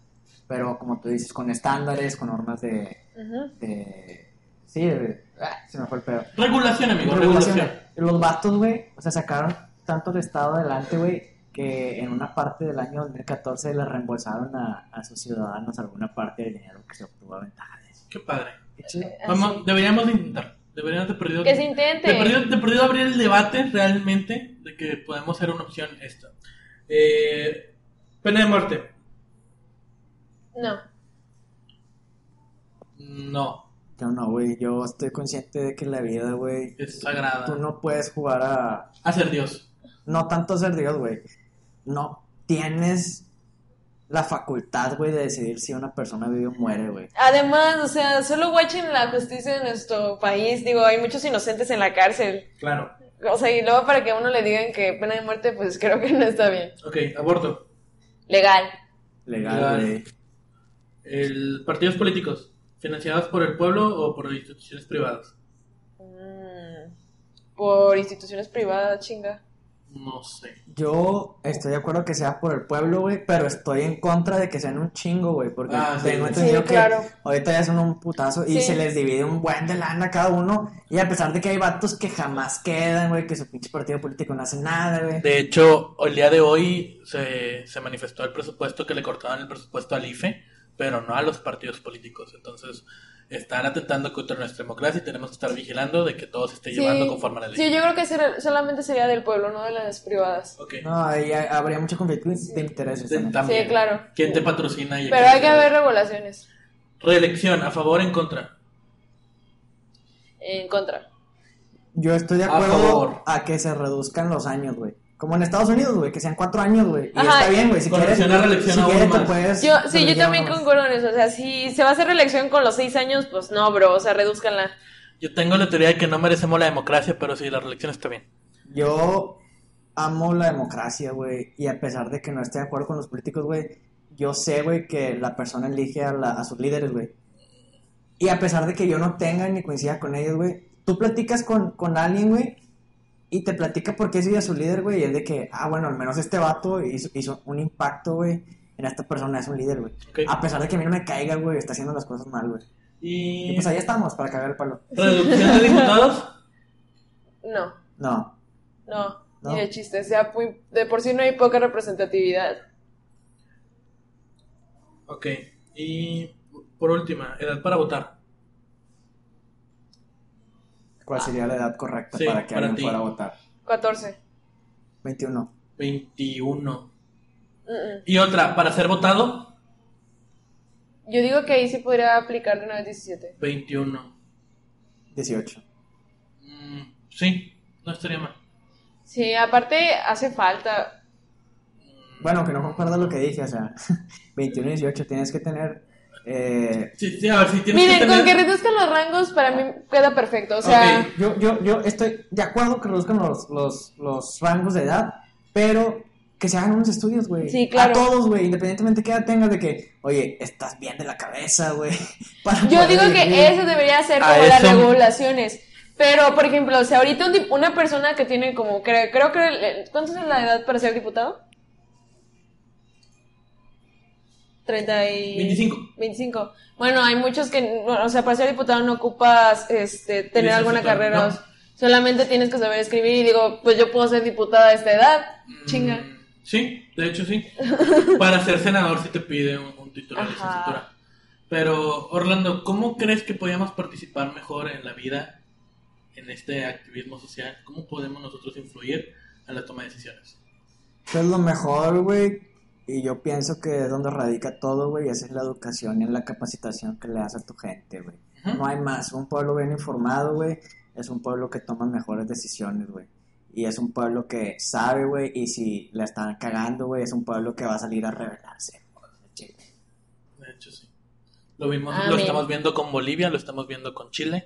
pero como tú dices, con estándares, con normas de... Ujú. de- sí, de- ah, se me fue el pedo. Regulación, amigo, Regulaciones. regulación. Los vatos, güey, o sea, sacaron tanto el estado adelante, güey, que en una parte del año 2014 le reembolsaron a, a sus ciudadanos alguna parte del dinero que se obtuvo a ventaja de eso. Qué padre. Qué chido. Así. Vamos, deberíamos de intentar. Deberíamos de perdido. Que se de perdido, intente. de perdido abrir el debate realmente de que podemos ser una opción esto. Eh, pena de muerte. No. No, Yo no, güey, yo estoy consciente de que la vida, güey, es tú sagrada. no puedes jugar a... Hacer Dios. No tanto ser Dios, güey. No tienes la facultad, güey, de decidir si una persona vive o muere, güey. Además, o sea, solo watchen la justicia de nuestro país. Digo, hay muchos inocentes en la cárcel. Claro. O sea, y luego para que a uno le digan que pena de muerte, pues creo que no está bien. Ok, aborto. Legal. Legal, Legal. güey. El, partidos políticos, financiados por el pueblo o por instituciones privadas. Mm. Por instituciones privadas, chinga. No sé. Yo estoy de acuerdo que sea por el pueblo, güey, pero estoy en contra de que sean un chingo, güey, porque Ah, sí, tengo sí. entendido Sí, que claro. ahorita ya son un putazo y Sí. se les divide un buen de lana a cada uno. Y a pesar de que hay vatos que jamás quedan, güey, que su pinche partido político no hace nada, güey. De hecho, el día de hoy se, se manifestó el presupuesto que le cortaban el presupuesto al IFE, pero no a los partidos políticos. Entonces, están atentando contra nuestra democracia y tenemos que estar vigilando de que todo se esté llevando conforme a la ley. Sí, yo creo que ser- solamente sería del pueblo, no de las privadas. Ok. No, ahí ha- habría mucho conflicto de intereses. Sí, también. también. Sí, claro. ¿Quién te patrocina? y a Pero quién hay que le- haber regulaciones. Reelección, ¿a favor o en contra? En contra. Yo estoy de A acuerdo favor. a, que se reduzcan los años, güey. Como en Estados Unidos, güey, que sean cuatro años, güey. Y Ajá. está bien, güey, si Con quieres. opción a reelección si aún quieres, te más. puedes Yo, sí, yo reelegir también aún más. concuerdo en eso. O sea, si se va a hacer reelección con los seis años, pues no, bro. O sea, reduzcanla. Yo tengo la teoría de que no merecemos la democracia, pero sí, la reelección está bien. Yo amo la democracia, güey, y a pesar de que no esté de acuerdo con los políticos, güey, yo sé, güey, que la persona elige a, la- a sus líderes, güey. Y a pesar de que yo no tenga ni coincida con ellos, güey, tú platicas con, con alguien, güey, y te platica por qué sigue a su líder, güey, y es de que, ah, bueno, al menos este vato hizo, hizo un impacto, güey, en esta persona, es un líder, güey. Ok. A pesar de que a mí no me caiga, güey, está haciendo las cosas mal, güey. Y Y... pues ahí estamos, para cagar el palo. ¿Reducción de diputados? No, Ah. No, no. No. Ni de chiste. O sea, muy- de por sí no hay poca representatividad. Ok. Y por última, edad para votar. ¿cuál sería la edad correcta Sí, para que para alguien ti. fuera a votar? 14. 21. 21. Mm-mm. Y otra, para ser votado, Yo digo que ahí sí podría aplicar de una vez 17. 21. 18. Mm, sí, no estaría mal. Sí, aparte hace falta. Bueno, que no concuerdo lo que dije, o sea, 21 y 18 tienes que tener... eh, Sí, sí, a ver, si tienes Miren, que con que tener... reduzcan los rangos para mí queda perfecto. O sea, Ok. yo, yo, yo estoy de acuerdo que reduzcan los, los, los rangos de edad, pero que se hagan unos estudios, güey. Sí, claro. A todos, güey, independientemente de qué edad tengas, de que, oye, estás bien de la cabeza, güey. para yo poder digo vivir. que eso debería ser A como las eso- regulaciones. Pero, por ejemplo, o sea, ahorita un dip- una persona que tiene como, creo, creo que, el- ¿cuánto es la edad para ser diputado? 30 y... 25. 25. Bueno, hay muchos que, bueno, o sea, para ser diputado no ocupas este, tener Licenciatura, alguna carrera. ¿no? Solamente tienes que saber escribir y digo, pues yo puedo ser diputada a esta edad. Mm, Chinga. Sí, de hecho sí. para ser senador sí te pide un, un título de Ajá. licenciatura. Pero, Orlando, ¿cómo crees que podríamos participar mejor en la vida, en este activismo social? ¿Cómo podemos nosotros influir a la toma de decisiones? Eso es lo mejor, güey. Y yo pienso que es donde radica todo, güey, y esa es la educación y la capacitación que le das a tu gente, güey. Ujú. No hay más. Un pueblo bien informado, güey, es un pueblo que toma mejores decisiones, güey. Y es un pueblo que sabe, güey, y si la están cagando, güey, es un pueblo que va a salir a rebelarse. güey. De hecho, sí. Lo vimos, lo Amén. estamos viendo con Bolivia, lo estamos viendo con Chile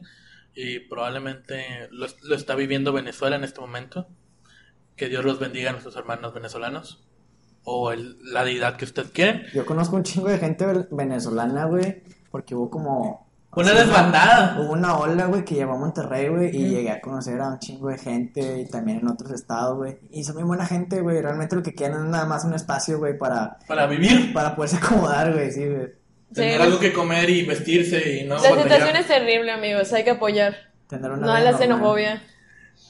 y probablemente lo, lo está viviendo Venezuela en este momento. Que Dios los bendiga a nuestros hermanos venezolanos o el- la deidad que usted quiera. Yo conozco un chingo de gente vel- venezolana, güey, porque hubo como... Una así, desbandada. Hubo una ola, güey, que llegó a Monterrey, güey, y llegué a conocer a un chingo de gente y también en otros estados, güey. Y son muy buena gente, güey. Realmente lo que quieren es nada más un espacio, güey, para, para vivir, para poderse acomodar, güey, sí, güey. tener Sí. algo que comer y vestirse y no La batallar. situación es terrible, amigos. Hay que apoyar. Tener una No a vida la normal, xenofobia.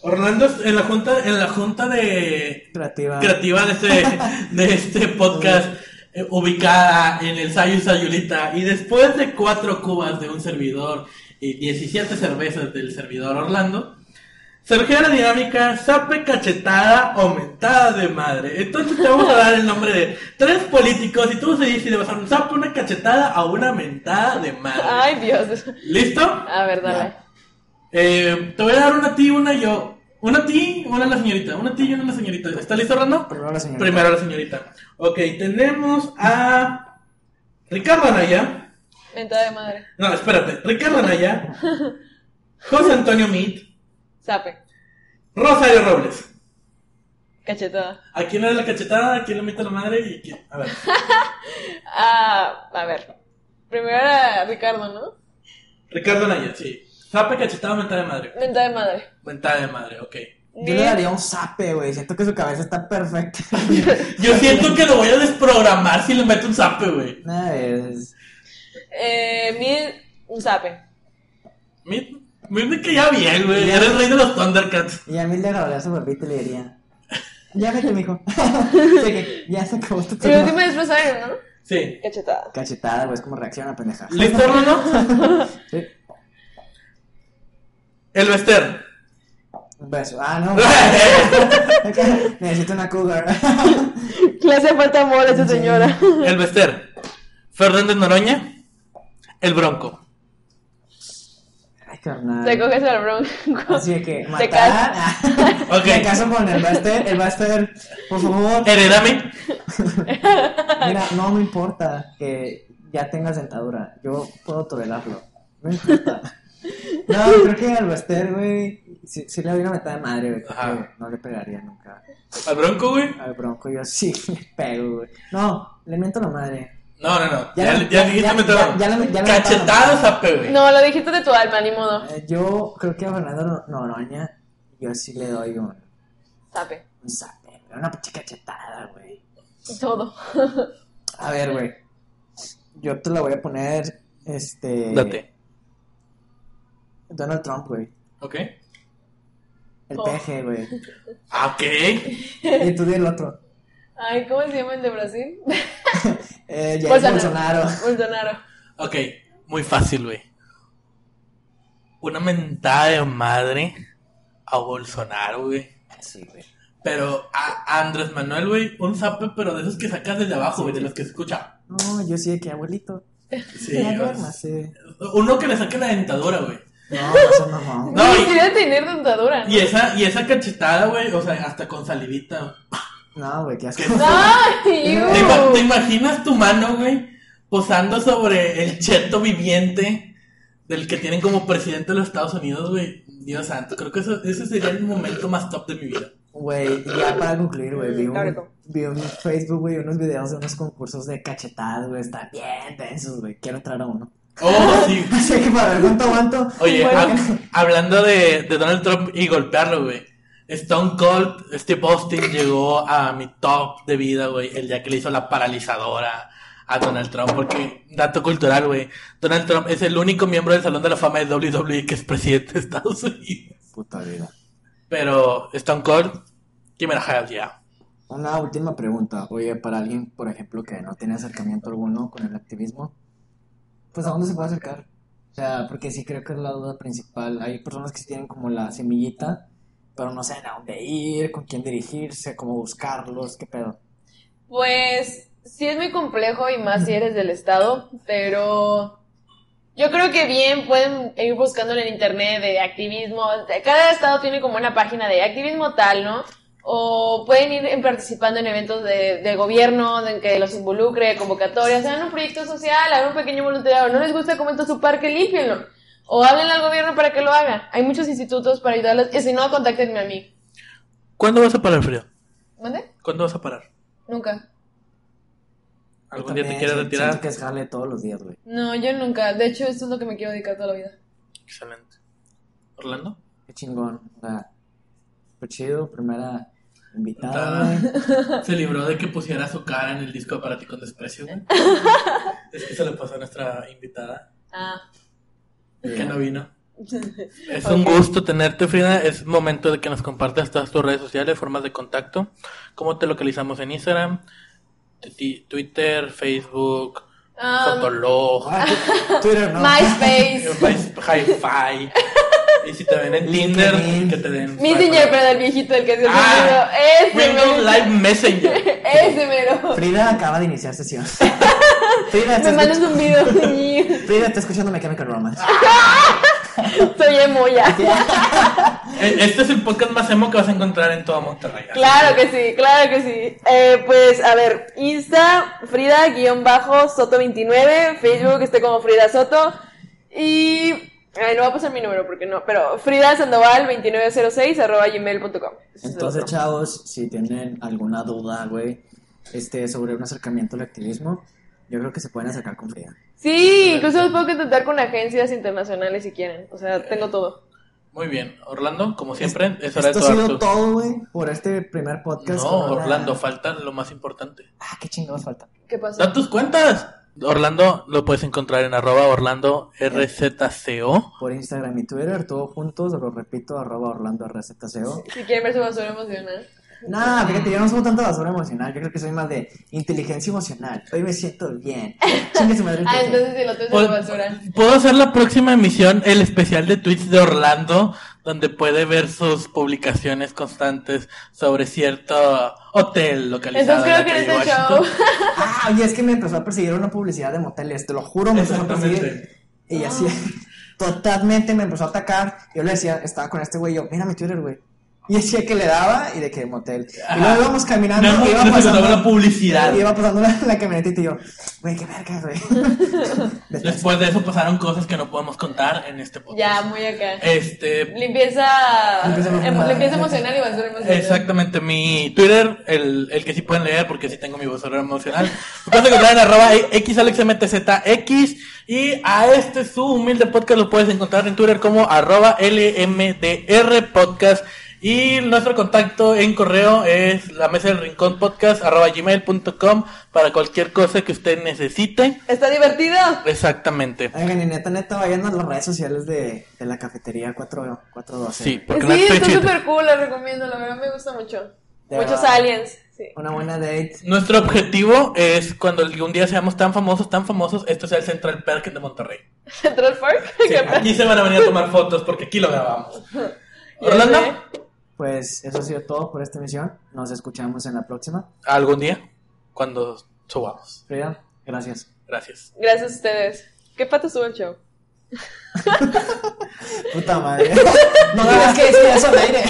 Orlando en la junta en la junta de Creativa. creativa de este, de este podcast eh, ubicada en el Sayu Sayulita. Y después de cuatro cubas de un servidor y 17 cervezas del servidor Orlando, surgió la dinámica sape cachetada o mentada de madre. Entonces te vamos a dar el nombre de tres políticos y tú se dices si le vas a dar un sape, una cachetada o una mentada de madre. Ay, Dios. ¿Listo? A ver, dale. Ya. Eh, te voy a dar una a ti, una yo. Una a ti, una a la señorita. Una a ti y una a la señorita. ¿Está listo, Orlando? Primero la señora. Primero la señorita. Ok, tenemos a Ricardo Anaya. Mentada de madre. No, espérate. Ricardo Anaya. José Antonio Meade. Sape. Rosario Robles. Cachetada. ¿A quién le da la cachetada? ¿A quién le mete la madre? ¿Y quién? A ver. Ah, a ver. Primero era Ricardo, ¿no? Ricardo Anaya, sí. Zape, cachetada, mentada de madre. Mentada de madre. Mentada de madre, ok. Yo le daría un zape, güey. Siento que su cabeza está perfecta. Yo siento que lo voy a desprogramar si le meto un zape, güey. Nada de eso. Eh, mil, un zape. Mid, Mid me caía bien, güey. Era el rey de los Thundercats. Y a mí le grabaría a su barbita y le diría: Ya vete, mijo. De que, ya se acabó tu El turno. último es Rosario, ¿no? Sí. Cachetada. Cachetada, güey. Es como reacciona, pendeja. ¿Listo, hermano? Sí. El Wester. Un beso. Ah, no. el Ok, Necesito una cougar. Le hace falta amor a esa señora. Wester. Fernández Noroña. El Bronco. Ay, Te carnal. coges al bronco. Así de que Te matar. casas. Ah, Ok. Me caso con el Buster. El Buster, por favor. Heredame. Mira, no me importa que ya tengas dentadura. Yo puedo tolerarlo. No importa. No, creo que al Buster, güey, sí, sí le hubiera metido de madre, güey. porque Ajá. No le pegaría nunca. ¿Al Bronco, güey? Al Bronco yo sí le pego, güey. No, le miento la madre. No, no, no. Ya Ya, le- le- ya ya- dijiste ya- meter ya- la- ya le- ya le- Cachetado zape, güey. No, lo dijiste de tu alma, ni modo. Eh, Yo creo que a Fernando Noroña yo sí le doy un, Zape. un zape, güey, una pinche cachetada, güey. Todo. A ver, güey. Yo te la voy a poner, este... Date. Donald Trump, güey. Ok. El Oh. peje, güey. Ah, ok. Y tú di el otro. Ay, ¿cómo se llama el de Brasil? Eh, Jair Bolsonaro. Bolsonaro. Bolsonaro. Ok. Muy fácil, güey. Una mentada de madre a Bolsonaro, güey. Sí, güey. Pero a a Andrés Manuel, güey, un zape, pero de esos que sacas desde abajo, güey, de los que se escucha. No, yo sí de que abuelito. Sí, ya o- duérmase. uno que le saque la dentadura, güey. No, no son mamón. No, No, y- quería tener dentadura. Y esa, y esa cachetada, güey, o sea, hasta con salivita. No, güey, qué asco. Ay, No. ¿Te, ima- te iu. imaginas tu mano, güey, posando sobre el cheto viviente del que tienen como presidente de los Estados Unidos, güey? Dios santo, creo que eso, ese sería el momento más top de mi vida. Güey, ya para concluir, güey, vi un, Cabrón. vi un Facebook, güey, unos videos de unos concursos de cachetadas, güey, están bien densos, güey. Quiero entrar a uno. Oh, sí. Así que para ver cuánto aguanto. Oye, ah, Bueno, hab- hablando de, de Donald Trump y golpearlo, güey. Stone Cold, Steve Austin llegó a mi top de vida, güey, el día que le hizo la paralizadora a Donald Trump, porque, dato cultural, güey, Donald Trump es el único miembro del Salón de la Fama de WWE que es presidente de Estados Unidos. Puta vida. Pero, Stone Cold, give me the hell yeah. Una última pregunta. Oye, para alguien, por ejemplo, que no tiene acercamiento alguno con el activismo, pues ¿a dónde se puede acercar? O sea, porque sí creo que es la duda principal. Hay personas que sí tienen como la semillita, pero no saben a dónde ir, con quién dirigirse, cómo buscarlos, qué pedo. Pues sí es muy complejo y más si eres del estado, pero yo creo que bien pueden ir buscando en el internet de activismo. Cada estado tiene como una página de activismo tal, ¿no? O pueden ir participando en eventos de, de gobierno, en que los involucre, convocatorias, hagan un proyecto social, hagan un pequeño voluntariado. No les gusta cómo está su parque, límpienlo. O háblenle al gobierno para que lo haga. Hay muchos institutos para ayudarlos. Y si no, contáctenme a mí. ¿Cuándo vas a parar, Frío? ¿Mande? ¿Cuándo vas a parar? Nunca. ¿Algún Yo día te también quieres siento- retirar? Siento que es jale todos los días, güey. No, yo nunca. De hecho, esto es lo que me quiero dedicar toda la vida. Excelente. ¿Orlando? Qué chingón. o sea, Qué chido, primera Invitada. invitada, güey. Ah, Se libró de que pusiera su cara en el disco para ti con desprecio, güey. Es que se lo pasó a nuestra invitada, Ah. Eh, que no vino. Es Ok. un gusto tenerte, Frida. Es momento de que nos compartas todas tus redes sociales, formas de contacto. ¿Cómo te localizamos en Instagram? Ti- ti- Twitter, Facebook, Um, Fotolog, Ah, Twitter, no. MySpace. Vice- Hi-Fi. Y si te ven en Tinder, LinkedIn. que te den. Messenger, pero el viejito, el que se Ah, olvidó. Ese Windows mero. Live Messenger. Ese mero. Frida acaba de iniciar sesión. Frida, Me ¿estás mandas un video. Frida está escuchando Mechanical Romance. Soy emoya. E- Este es el podcast más emo que vas a encontrar en toda Monterrey. Claro que sí, claro que sí. Eh, pues, a ver, Insta, Frida, guión bajo, Soto29, Facebook, esté como Frida Soto, y... ay, no va a pasar mi número porque no, pero Frida Sandoval 2906 arroba gmail.com. Entonces, chavos, si tienen alguna duda, güey, este, sobre un acercamiento al activismo, yo creo que se pueden acercar con Frida. Sí, incluso los puedo contactar con agencias internacionales si quieren. O sea, tengo todo. Muy bien. Orlando, como siempre, es hora de Esto ha tu sido Artu. todo, güey, por este primer podcast. No, con una- Orlando, falta lo más importante. Ah, qué chingados falta. ¿Qué pasó? ¡Da tus cuentas! Orlando lo puedes encontrar en arroba Orlando RZCO. Por Instagram y Twitter, todos juntos, lo repito, arroba Orlando RZCO. Si quieren ver su basura emocional. Nada, fíjate, yo no soy tanto basura emocional, yo creo que soy más de inteligencia emocional. Hoy me siento bien. Chingue su madre. Ah, entonces el otro es de Pod- la basura. Puedo hacer la próxima emisión, el especial de tweets de Orlando, donde puede ver sus publicaciones constantes sobre cierto hotel localizado. Entonces creo en que la eres calle de Washington. show. Ah, y es que me empezó a perseguir una publicidad de moteles, te lo juro, me empezó a perseguir. Exactamente. Ah. Y así, totalmente me empezó a atacar. Yo le decía, estaba con este güey, yo, mira mi Twitter, güey. Y decía que le daba y de que motel. Y Ajá. luego íbamos No, caminando, no, iba no se notaba la pasando. publicidad. Iba pasando la, la camionetita y yo, güey, qué verga, güey. Después de eso pasaron cosas que no podemos contar en este podcast. Ya, muy acá. Este, Limpieza. Limpieza emocional. em- Limpieza emocional y basura emocional. exactamente, mi Twitter, el, el que sí pueden leer porque sí tengo mi vocero emocional. Me puedes encontrar en arroba xalexmtzx y a este su humilde podcast lo puedes encontrar en Twitter como arroba lmdrpodcast y nuestro contacto en correo es la mesa del rincón podcast arroba gmail.com para cualquier cosa que usted necesite. ¿Está divertido? Exactamente. Oigan, y neta, neta, vayan a las redes sociales de, de la cafetería 4, 412. Sí, porque no Sí, estoy está chido. súper cool, la recomiendo, la verdad me gusta mucho. De Muchos verdad. aliens. Sí. Una buena date. Nuestro objetivo es cuando algún día seamos tan famosos, tan famosos, esto sea el Central Park de Monterrey. Central Park. Sí, aquí se van a venir a tomar fotos porque aquí lo grabamos. Ya Orlando, sé. Pues eso ha sido todo por esta emisión. Nos escuchamos en la próxima. algún día, cuando subamos. Frida, gracias. Gracias. Gracias a ustedes. ¿Qué pato sube el show? Puta madre. No digas que decir eso al aire.